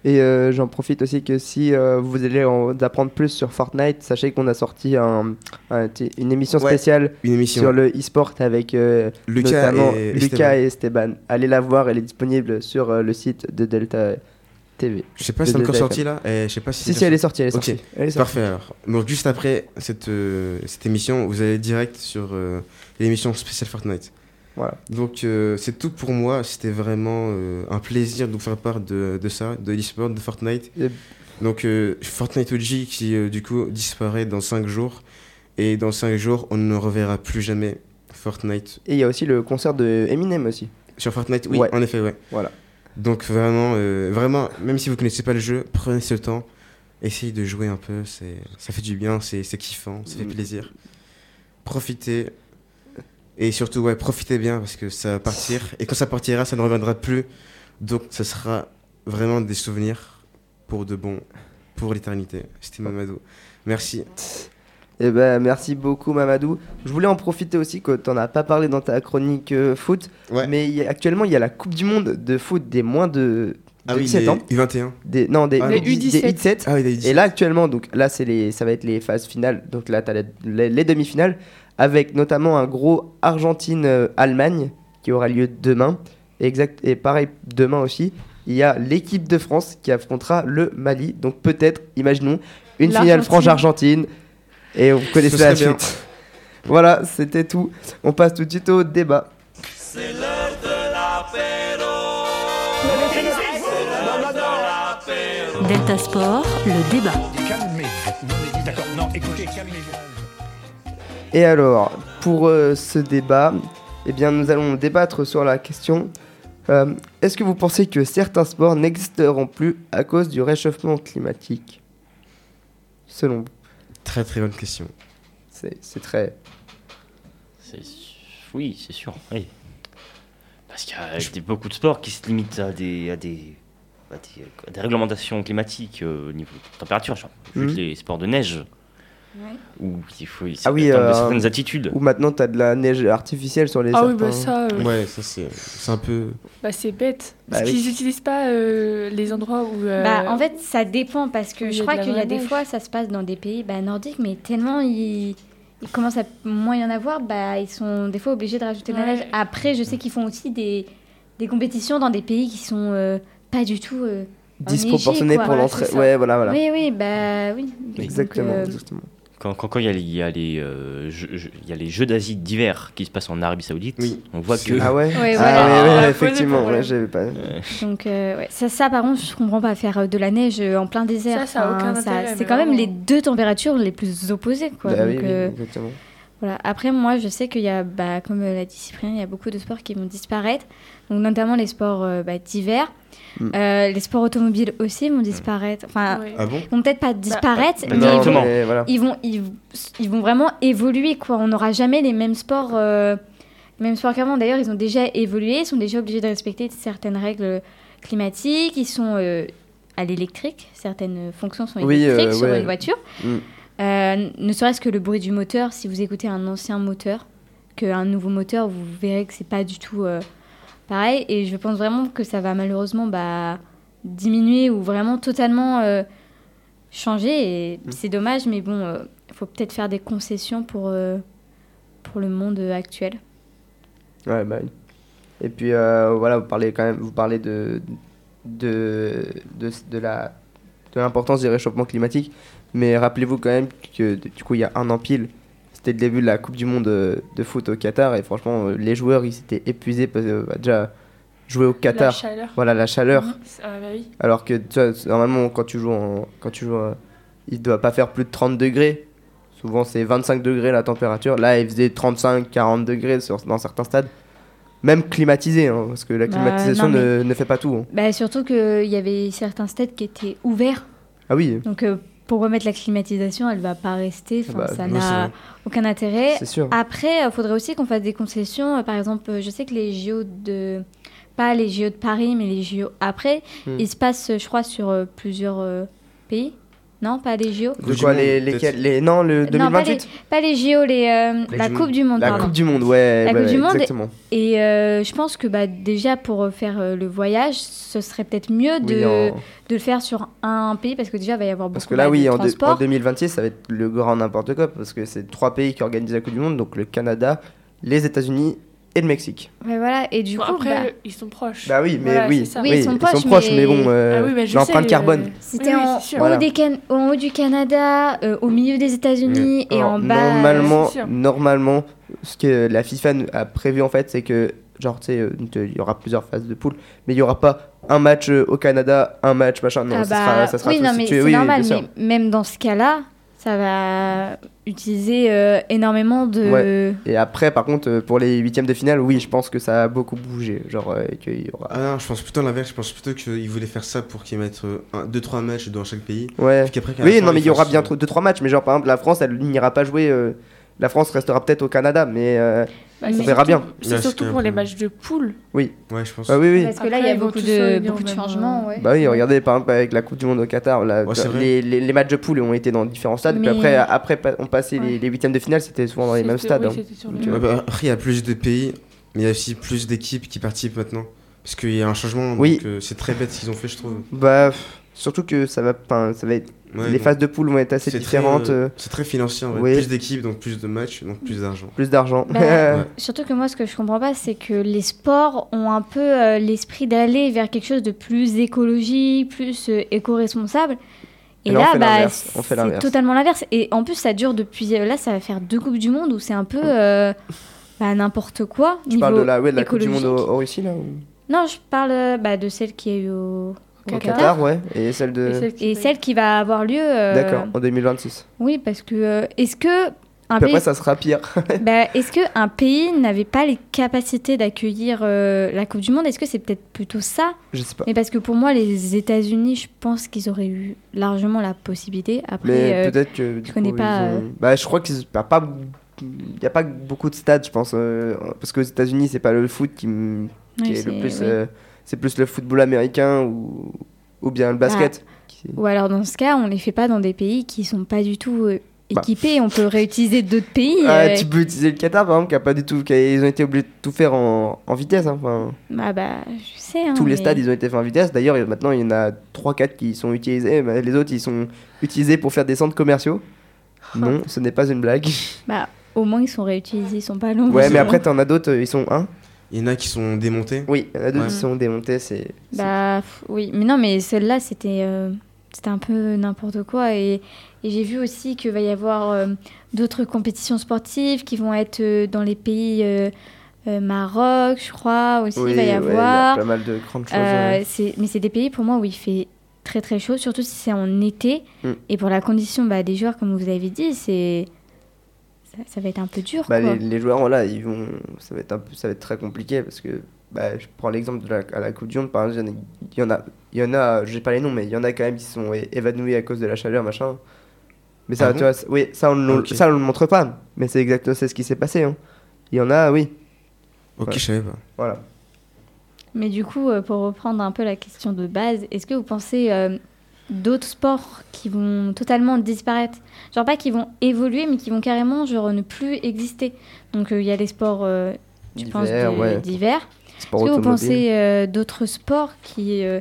C: Et euh, j'en profite aussi que si euh, vous allez en apprendre plus sur Fortnite, sachez qu'on a sorti un- un- t- une émission
D: Ouais.
C: spéciale
D: Une émission.
C: sur le e-sport avec euh,
D: Lucas
C: notamment
D: et
C: Lucas et Esteban. Allez la voir, elle est disponible sur euh, le site de Delta TV.
D: Je sais pas si c'est
C: de-
D: encore
C: de-
D: sorti là. Et je sais pas si
C: Si, si, elle est sortie, elle est
D: Ok.
C: sortie. Elle est
D: C'est
C: sortie.
D: Parfait alors. Donc juste après cette, euh, cette émission, vous allez direct sur euh, l'émission spéciale Fortnite.
C: Voilà.
D: Donc euh, c'est tout pour moi. C'était vraiment euh, un plaisir de vous faire part de, de ça, de l'e-sport, de Fortnite.
C: Et-
D: Donc euh, Fortnite OG qui euh, du coup disparaît dans 5 jours. Et dans 5 jours, on ne reverra plus jamais Fortnite.
C: Et il y a aussi le concert de Eminem aussi.
D: Sur Fortnite, oui,
C: Ouais.
D: en effet, ouais.
C: Voilà.
D: Donc vraiment, euh, vraiment, même si vous connaissez pas le jeu, prenez ce temps, essayez de jouer un peu, c'est, ça fait du bien, c'est, c'est kiffant, ça fait
C: Mm.
D: plaisir. Profitez et surtout ouais, profitez bien parce que ça va partir et quand ça partira, ça ne reviendra plus. Donc ça sera vraiment des souvenirs pour de bon, pour l'éternité. C'était Mamadou. Merci.
C: Eh ben, merci beaucoup, Mamadou. Je voulais en profiter aussi que t'en as pas parlé dans ta chronique euh, foot,
D: Ouais.
C: mais il y a- actuellement, il y a la Coupe du Monde de foot des moins de, de 17
D: les
C: ans.
D: U21.
C: Des, non, des,
D: Ah,
C: des-
D: non.
C: des
H: U17.
C: U17.
D: Ah oui, il a eu 17.
C: Et là actuellement, donc là c'est les, ça va être les phases finales. Donc là t'as les, les- les demi-finales avec notamment un gros Argentine euh, Allemagne qui aura lieu demain. Exact. Et pareil demain aussi, il y a l'équipe de France qui affrontera le Mali. Donc peut-être, imaginons une finale
H: L'Argentine.
C: France Argentine. Et vous connaissez la
D: serait bien.
C: suite. Voilà, c'était tout. On passe tout de suite au débat.
A: Delta Sport, le débat.
B: Calmez-vous. D'accord, non, écoutez, calmez-vous.
C: Et alors, pour euh, ce débat, eh bien, nous allons débattre sur la question euh, est-ce que vous pensez que certains sports n'existeront plus à cause du réchauffement climatique Selon vous,
D: Très très bonne question.
C: c'est c'est très.
G: C'est su- Oui, c'est sûr. Oui. Parce qu'il y a des- beaucoup de sports qui se limitent à des, à des, à des, à des réglementations climatiques euh, au niveau de température. Genre, Vu
C: Mhm.
G: que les sports de neige, où il faut il faut
C: Ah oui,
G: atteindre
C: euh,
G: certaines altitudes.
C: Ou maintenant, t'as de la neige artificielle sur les
H: Ah oui, bah
C: sapins.
H: ça, euh,
D: Ouais, ça c'est c'est un peu.
H: bah, c'est bête.
C: Bah
H: Parce
C: oui.
H: qu'ils n'utilisent pas euh, les endroits où. euh,
E: Bah, en fait, ça dépend parce que
H: il y
E: je
H: a
E: crois
H: de la
E: qu'il y a
H: vraie
E: des
H: neige.
E: fois, ça se passe dans des pays bah, nordiques, mais tellement ils, ils commencent à moins y en avoir, bah, ils sont des fois obligés de rajouter de la
H: Ouais.
E: neige. Après,
C: Mm.
E: je sais qu'ils font aussi des, des compétitions dans des pays qui sont euh, pas du tout. euh,
C: Disproportionné
E: En Égypte,
C: pour
E: quoi,
C: l'entrée.
E: c'est ça.
C: Ouais, voilà, voilà.
E: Oui, oui, bah oui. Donc,
C: Exactement,
E: euh,
C: exactement.
G: Quand, quand, quand il y a les, il y a les, euh, jeux- jeux- il y a les Jeux d'Asie d'hiver qui se passent en Arabie Saoudite,
D: Oui.
G: on voit
D: C'est-
G: que.
C: Ah ouais,
E: Ouais,
C: Ah
E: voilà.
C: ouais, ouais,
H: Ah, posez
C: effectivement,
H: pour
C: ouais,
H: le-
C: j'avais pas.
E: donc euh, ouais. ça, ça, par contre, je comprends pas faire euh, de la neige euh, en plein désert.
H: Ça, ça a aucun intérêt,
E: C'est
H: mais
E: quand même
H: vraiment.
E: les deux températures les plus opposées, quoi.
C: Bah
E: donc,
C: oui, oui,
E: euh,
C: exactement.
E: Voilà. Après, moi, je sais qu'il y a, bah, comme euh, l'a dit Cyprien, il y a beaucoup de sports qui vont disparaître, donc notamment les sports euh, bah, d'hiver.
C: Mm.
E: Euh, les sports automobiles aussi vont disparaître. Enfin,
C: euh,
H: ouais.
D: Ah bon
E: ils vont peut-être pas disparaître,
C: Bah,
E: mais
G: pas
E: ils
G: Bah, directement.
E: vont,
C: mais voilà.
E: ils, vont, ils, ils vont vraiment évoluer. Quoi. On n'aura jamais les mêmes sports, euh, les mêmes sports qu'avant. D'ailleurs, ils ont déjà évolué, ils sont déjà obligés de respecter certaines règles climatiques. Ils sont euh, à l'électrique, certaines fonctions sont
C: Oui,
E: électriques
C: euh,
E: sur
C: ouais.
E: une voiture.
C: Mm.
E: Euh, ne serait-ce que le bruit du moteur, si vous écoutez un ancien moteur qu'un nouveau moteur, vous verrez que c'est pas du tout euh, pareil. Et je pense vraiment que ça va malheureusement bah, diminuer ou vraiment totalement euh, changer. Et c'est dommage, mais bon, euh, faut peut-être faire des concessions pour, euh, pour le monde actuel.
C: Ouais, bah oui. Et puis euh, voilà, vous parlez quand même, vous parlez de de de, de la de l'importance du réchauffement climatique, mais rappelez-vous quand même que du coup il y a un an pile, c'était le début de la Coupe du Monde euh, de foot au Qatar et franchement euh, les joueurs ils s'étaient épuisés parce que bah, déjà jouer au
H: La
C: Qatar,
H: chaleur.
C: voilà la chaleur,
H: Mhm. Ah, bah oui.
C: alors que tu vois, c'est- normalement quand tu joues en, quand tu joues, euh, il doit pas faire plus de 30 degrés. Souvent c'est 25 degrés la température. Là, il faisait 35 40 degrés sur- dans certains stades. Même climatisé hein, parce que la
E: Bah,
C: climatisation
E: non,
C: ne, ne fait pas tout. hein.
E: Bah, surtout qu'il y avait certains stades qui étaient ouverts.
C: Ah oui,
E: Donc euh, pour remettre la climatisation, elle va pas rester. Enfin,
C: Bah,
E: ça
D: oui, c'est
E: n'a
D: vrai.
E: aucun intérêt.
C: c'est sûr.
E: Après, il faudrait aussi qu'on fasse des concessions. Euh, Par exemple, euh, je sais que les JO de... Pas les JO de Paris, mais les JO après,
C: Hmm.
E: ils se passent, euh, je crois, sur euh, plusieurs euh, pays. Non, pas les JO.
C: De quoi les, lesquels les non le
E: Non, pas
C: 2028
E: Pas les JO, les, euh,
D: Les
E: la
D: du
E: Coupe
D: monde.
E: du Monde.
C: la
E: pardon.
C: Coupe du Monde, ouais,
E: La
C: ouais,
E: Coupe du
C: ouais,
E: Monde est-
C: exactement.
E: Et euh, je pense que bah, déjà, pour euh, faire euh, le voyage, ce serait peut-être mieux de,
C: Oui, en-
E: de le faire sur un pays, parce que déjà, il va y avoir beaucoup
C: Parce que là,
E: bah,
C: oui,
E: de
C: en, deux- en
E: transports.
C: 2026, ça va être le grand n'importe quoi, parce que c'est trois pays qui organisent la Coupe du Monde, donc le Canada, les États-Unis et le Mexique.
E: Ouais, voilà. Et du
H: Bon,
E: coup,
H: après,
C: euh,
E: bah,
H: le- ils sont proches.
C: Bah oui, mais
H: Voilà,
C: oui,
H: c'est ça.
E: Oui, ils sont proches, mais-
C: bon, euh,
H: Ah oui, bah, je
C: l'empreinte
H: sais,
C: carbone.
H: euh,
E: Si
H: oui,
E: t'es
H: oui,
E: en,
H: c'est sûr.
E: en haut
C: Voilà. Hmm.
E: des Can- en haut du Canada, euh, au milieu des États-Unis et
C: Alors,
E: en bas. euh,
C: Normalement,
H: c'est sûr.
C: normalement, ce que la FIFA nous a prévu en fait, c'est que genre tu sais, euh, il y aura plusieurs phases de poule, mais il y aura pas un match euh, au Canada, un match machin. Non,
E: ah
C: ça,
E: bah,
C: sera, ça sera
E: oui,
C: tout
E: non, mais
C: situé.
E: c'est
C: oui, oui,
E: normal,
C: bien sûr.
E: mais même dans ce cas-là, ça va utiliser euh, énormément de.
C: Et après, par contre, euh, pour les huitièmes de finale, oui, je pense que ça a beaucoup bougé, genre euh, qu'il y aura.
D: Ah non, je pense plutôt à l'inverse. Je pense plutôt qu'ils voulaient faire ça pour qu'ils mettent euh, 2-3 matchs dans chaque pays.
C: Ouais.
D: Puis qu'après, qu'à la
C: Oui,
D: fin,
C: non, mais
D: ils
C: il y aura
D: fassent,
C: bien
D: euh,
C: trop- deux trois matchs, mais genre par exemple, la France, elle n'ira pas jouer. euh, la France restera peut-être au Canada, mais euh,
H: Bah,
E: On
H: c'est
C: verra
H: surtout-
C: bien.
D: Ouais,
H: C'est surtout
D: c'était
H: pour
D: un
H: les
D: peu-
H: matchs de poule.
D: Ouais, je pense.
C: ah oui, oui.
E: Parce que là, il y
H: Après,
E: a
H: ils vont
E: beaucoup
H: tous se
E: de,
H: réunir
E: beaucoup de
H: au même,
E: changements.
H: euh,
E: ouais.
C: Bah oui, regardez par exemple avec la Coupe du Monde au Qatar, là,
D: Ouais, c'est vrai.
C: les, les- les matchs de poule ont été dans différents stades,
E: Mais-
C: puis après, après pa- on passait les-
H: Ouais.
C: les huitièmes de finale, c'était souvent dans les mêmes
H: C'était-
C: stades.
H: oui,
C: hein.
H: c'était sur le
C: Donc,
H: même-
D: Ouais, bah, après, il y a plus de pays, mais il y a aussi plus d'équipes qui participent maintenant. Parce qu'il y a un changement,
C: Oui.
D: donc euh, c'est très bête ce qu'ils ont fait, je trouve.
C: Bah, pff, surtout que ça va, 'fin, ça va être,
D: Ouais,
C: les
D: donc,
C: phases de poule vont être assez
D: c'est très,
C: différentes,
D: euh,
C: euh,
D: C'est très financier, en vrai.
C: oui.
D: Plus d'équipes, donc plus de matchs, donc plus d'argent.
C: plus d'argent.
E: Bah,
C: *laughs*
D: Ouais.
E: Surtout que moi, ce que je comprends pas, c'est que les sports ont un peu euh, l'esprit d'aller vers quelque chose de plus écologique, plus euh, éco-responsable. Et
C: Et là, on
E: là,
C: fait
E: bah,
C: l'inverse. On fait
E: c'est
C: l'inverse.
E: totalement l'inverse. Et en plus, ça dure depuis. euh, Là, ça va faire deux Coupes du Monde où c'est un peu euh, bah, n'importe quoi.
C: tu parles de la, ouais, de la Coupe
E: écologique.
C: du Monde au, au Russie, là ou-
E: Non, je parle euh, bah, de celle qui a eu au,
H: Au
E: au
H: Qatar.
E: Qatar.
C: ouais, et celle de.
H: Et celle qui-
E: Et celle qui va avoir lieu. euh,
C: D'accord, en 2026.
E: Oui, parce que euh, est-ce que un
C: Puis
E: pays,
C: après, ça sera pire. *laughs*
E: bah, est-ce que un pays n'avait pas les capacités d'accueillir euh, la Coupe du Monde Est-ce que c'est peut-être plutôt ça
C: Je sais pas.
E: Mais parce que pour moi, les États-Unis, je pense qu'ils auraient eu largement la possibilité. Après,
C: Mais
E: euh,
C: peut-être que. du
E: connais
C: coup,
E: pas,
C: ils ont-
E: euh,
C: Bah, je crois qu'il n'y a pas. Il y a pas beaucoup de stades, je pense, euh, parce qu'aux États-Unis, c'est pas le foot qui, m- qui
E: oui,
C: est le
E: c'est-
C: plus.
E: oui.
C: euh, c'est plus le football américain ou, ou bien le basket. qui-
E: Ou alors dans ce cas, on les fait pas dans des pays qui sont pas du tout euh,
C: Bah.
E: équipés. On peut réutiliser d'autres pays.
C: Ah,
E: euh,
C: tu peux utiliser le Qatar, par exemple, qui a pas du tout. qui a- ils ont été obligés de tout faire en, en vitesse. hein, enfin,
E: Bah, bah, je sais. hein,
C: tous les
E: mais-
C: stades, ils ont été faits en vitesse. D'ailleurs, il- maintenant, il y en a 3-4 qui sont utilisés. mais les autres, ils sont utilisés pour faire des centres commerciaux.
E: Ah.
C: Non, ce n'est pas
E: *laughs*
C: une blague.
E: Bah, au moins ils sont réutilisés, ils sont pas longs.
C: Ouais, mais
E: *laughs*
C: après, t'en as d'autres, euh, ils sont un.
D: Il y en a qui sont démontés.
C: Oui, il y en a d'autres
D: Ouais.
C: qui sont démontés. C'est. c'est-
E: Bah pff, oui, mais non, mais celle-là, c'était euh, c'était un peu n'importe quoi. Et, et j'ai vu aussi qu'il va y avoir euh, d'autres compétitions sportives qui vont être euh, dans les pays euh, euh, Maroc, je crois, aussi,
C: Oui,
E: il va y
C: ouais,
E: avoir.
C: pas mal de grandes choses.
E: Euh,
C: ouais.
E: c'est- mais c'est des pays pour moi où il fait très très chaud, surtout si c'est en été.
C: Mm.
E: Et pour la condition bah, des joueurs, comme vous avez dit, c'est ça, ça va être un peu dur.
C: Bah,
E: quoi.
C: les, les joueurs, voilà, ils vont, ça va être un peu, ça va être très compliqué parce que, bah, je prends l'exemple de la, à la Coupe du Monde, par exemple, il y en a, il y en a, j'ai pas les noms, mais il y en a quand même qui se sont é- évanouis à cause de la chaleur, machin. Mais ça,
D: Ah
C: tu
D: bon Ah,
C: vois, c'est- oui, ça on, ne
D: Ok.
C: ça on le montre pas, mais c'est exactement c'est ce qui s'est passé. hein. Il y en a, oui,
D: Ok,
C: Ouais.
D: je savais pas.
C: voilà.
E: Mais du coup, euh, pour reprendre un peu la question de base, est-ce que vous pensez euh, d'autres sports qui vont totalement disparaître Genre pas qui vont évoluer, mais qui vont carrément genre, ne plus exister. Donc euh, il y a les sports, euh, je pense,
C: Divers,
E: de-
C: ouais.
E: divers.
C: Sport
E: Est-ce que vous
C: automobile.
E: pensez euh, d'autres sports qui... euh,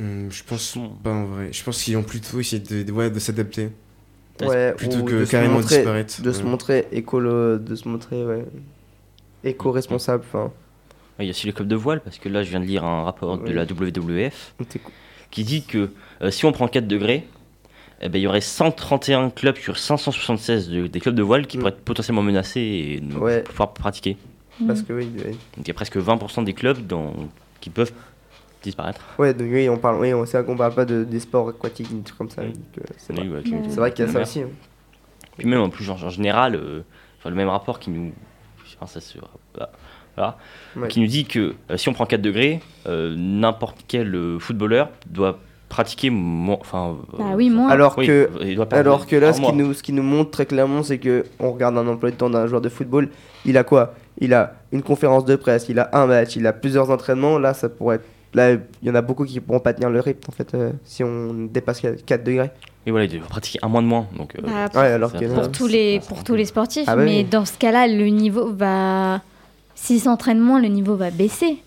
D: Hum, je pense pas en vrai. Je pense qu'ils ont plutôt essayé de, de- ouais, de s'adapter.
C: ouais,
D: Plutôt
C: ou
D: que
C: de se
D: carrément
C: montrer-
D: disparaître.
C: de se
D: Ouais.
C: montrer écolo, de se montrer, ouais, éco-responsable, enfin,
G: Ouais, Il y a aussi les clubs de voile, parce que là, je viens de lire un rapport de la WWF
C: t'es-
G: qui dit que euh, si on prend 4 degrés, eh ben, il y aurait 131 clubs sur 576 de- des clubs de voile qui
C: Mm.
G: pourraient être potentiellement menacés et ne
C: Ouais.
G: pouvoir pratiquer.
E: Mm.
C: parce que oui, ouais.
G: Donc il y a presque 20% des clubs dans... qui peuvent disparaître.
C: Ouais, donc oui, on parle, oui, on sait qu'on parle pas de, des sports aquatiques, des trucs comme ça.
G: Oui.
C: donc, euh, c'est
G: On a
C: vrai,
G: eu avec le-
C: C'est vrai qu'il y a
G: la
C: ça
G: mer.
C: aussi. hein.
G: Puis même en plus, genre, en général, euh, enfin, le même rapport qui nous. Je sais pas, ça se- voilà. Voilà.
C: Ouais.
G: Qui nous dit que euh, si on prend 4 degrés, euh, n'importe quel euh, footballeur doit pratiquer moins. Enfin, euh,
E: Bah oui,
G: enfin,
E: moins.
C: Alors
G: oui,
C: que-
G: il doit pas-
C: Alors que là,
G: par
C: ce
G: mois.
C: qui, nous, ce qui nous montre très clairement, c'est que on regarde un emploi de temps d'un joueur de football. Il a quoi Il a une conférence de presse, il a un match, il a plusieurs entraînements. Là, ça pourrait être. Là, il y en a beaucoup qui pourront pas tenir le rythme en fait euh, si on dépasse 4 degrés.
G: Et voilà, il doit pratiquer un mois de moins. Donc, euh,
E: Bah,
C: Ouais, alors
G: ça-
C: que euh, là-
E: pour
G: ça-
E: tous les
G: ça-
E: pour tous les sportifs
C: Ah bah
E: mais
C: oui.
E: dans ce cas-là le niveau va s'ils s'entraînent moins le niveau va baisser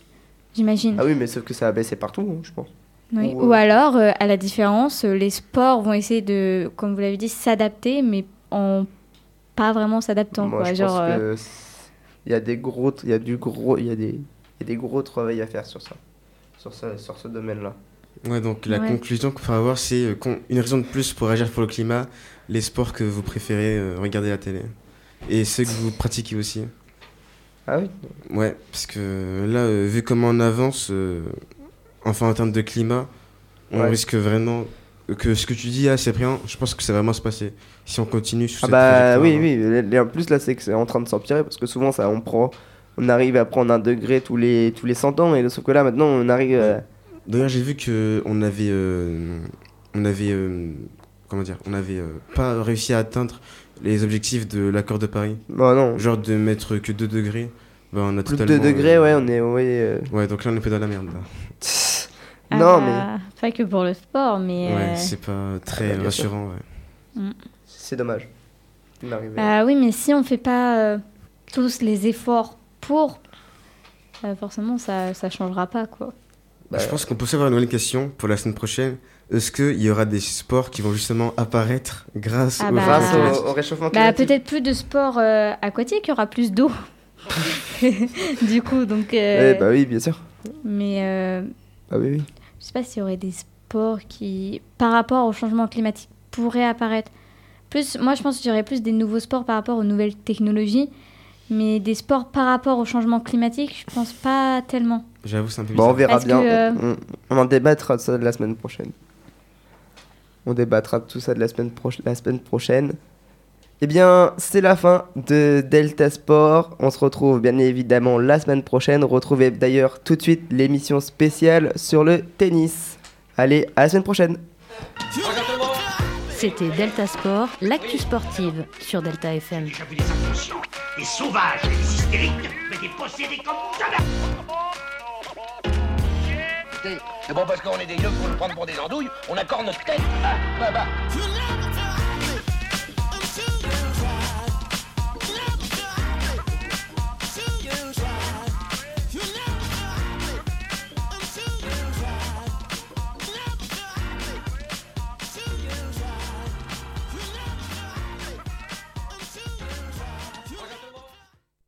E: j'imagine
C: Ah oui, mais sauf que ça a baissé partout, hein, je pense.
E: Oui.
C: ou,
E: ou
C: euh,
E: alors euh, à la différence euh, les sports vont essayer de comme vous l'avez dit s'adapter mais en pas vraiment s'adaptant
C: Moi,
E: quoi
C: je
E: genre
C: pense
E: euh,
C: que c'est- il y a des gros, il y a du gros, il y a des, il y a des gros travail à faire sur ça, sur ça, sur ce domaine-là.
D: Ouais, donc la
E: Ouais.
D: conclusion qu'on peut avoir, c'est euh, qu'on- une raison de plus pour agir pour le climat, les sports que vous préférez euh, regarder à la télé. Et ceux que vous pratiquez aussi.
C: Ah oui.
D: Ouais, parce que là, euh, vu comment on avance, euh, enfin en termes de climat, on
C: Ouais.
D: risque vraiment euh, que ce que tu dis à Cyprien, je pense que ça va vraiment se passer. Si on continue sur
C: Ah
D: cette
C: bah
D: trajectoire,
C: oui,
D: hein.
C: oui. Et- et En plus, là, c'est que c'est en train de s'empirer parce que souvent, ça, on prend, on arrive à prendre un degré tous les, tous les 100 ans, et sauf que là, maintenant, on arrive. à-
D: D'ailleurs, j'ai vu que on avait, euh, on avait, euh, comment dire, on avait euh, pas réussi à atteindre les objectifs de l'accord de Paris,
C: Bon, Bah, non,
D: genre de mettre que 2 degrés. Bah, on a
C: plus de
D: totalement,
C: 2 degrés,
D: euh,
C: ouais, on est, ouais. euh,
D: Ouais, donc là, on est pas dans la merde. là.
E: ah
C: Non, mais
E: bah, pas que pour le sport mais
D: Ouais,
E: euh,
D: c'est pas très
C: bah, bien sûr.
D: rassurant. ouais.
C: c'est dommage. On arrive à-
E: bah oui mais si on fait pas euh, tous les efforts pour euh, forcément ça ça changera pas quoi
C: Bah,
D: je pense qu'on peut savoir une nouvelle question pour la semaine prochaine. Est-ce qu'il y aura des sports qui vont justement apparaître grâce
E: Ah
D: au
E: bah,
C: Grâce
E: euh,
C: au, au réchauffement
E: Bah,
C: climatique.
E: peut-être plus de sport euh, aquatique, il y aura plus d'eau. *laughs* du coup, donc. euh,
C: Ouais, bah oui, bien sûr.
E: Mais euh,
C: Bah oui, oui.
E: je sais pas s'il y aurait des sports qui, par rapport au changement climatique, pourraient apparaître. Plus, moi, je pense qu'il y aurait plus des nouveaux sports par rapport aux nouvelles technologies. Mais des sports par rapport au changement climatique, je pense pas tellement.
D: J'avoue, c'est un peu
C: Bon, Bah, on
D: bizarre.
C: verra
E: Parce que,
C: bien.
E: euh,
C: On, on en débattra de ça de la semaine prochaine. On débattra de tout ça de la semaine, proche- la semaine prochaine. Eh bien, c'est la fin de Delta Sport. On se retrouve bien évidemment la semaine prochaine. Retrouvez d'ailleurs tout de suite l'émission spéciale sur le tennis. Allez, à la semaine prochaine.
E: C'était Delta Sport, l'actu sportive sur Delta FM.
I: J'ai vu des inconscients, des sauvages, des hystériques, mais des possédés comme jamais
B: Eh ben,
J: Et bon, parce qu'on est des yeux pour nous prendre pour des andouilles, on accorde notre tête. Ah, bah, bah.
K: You'll never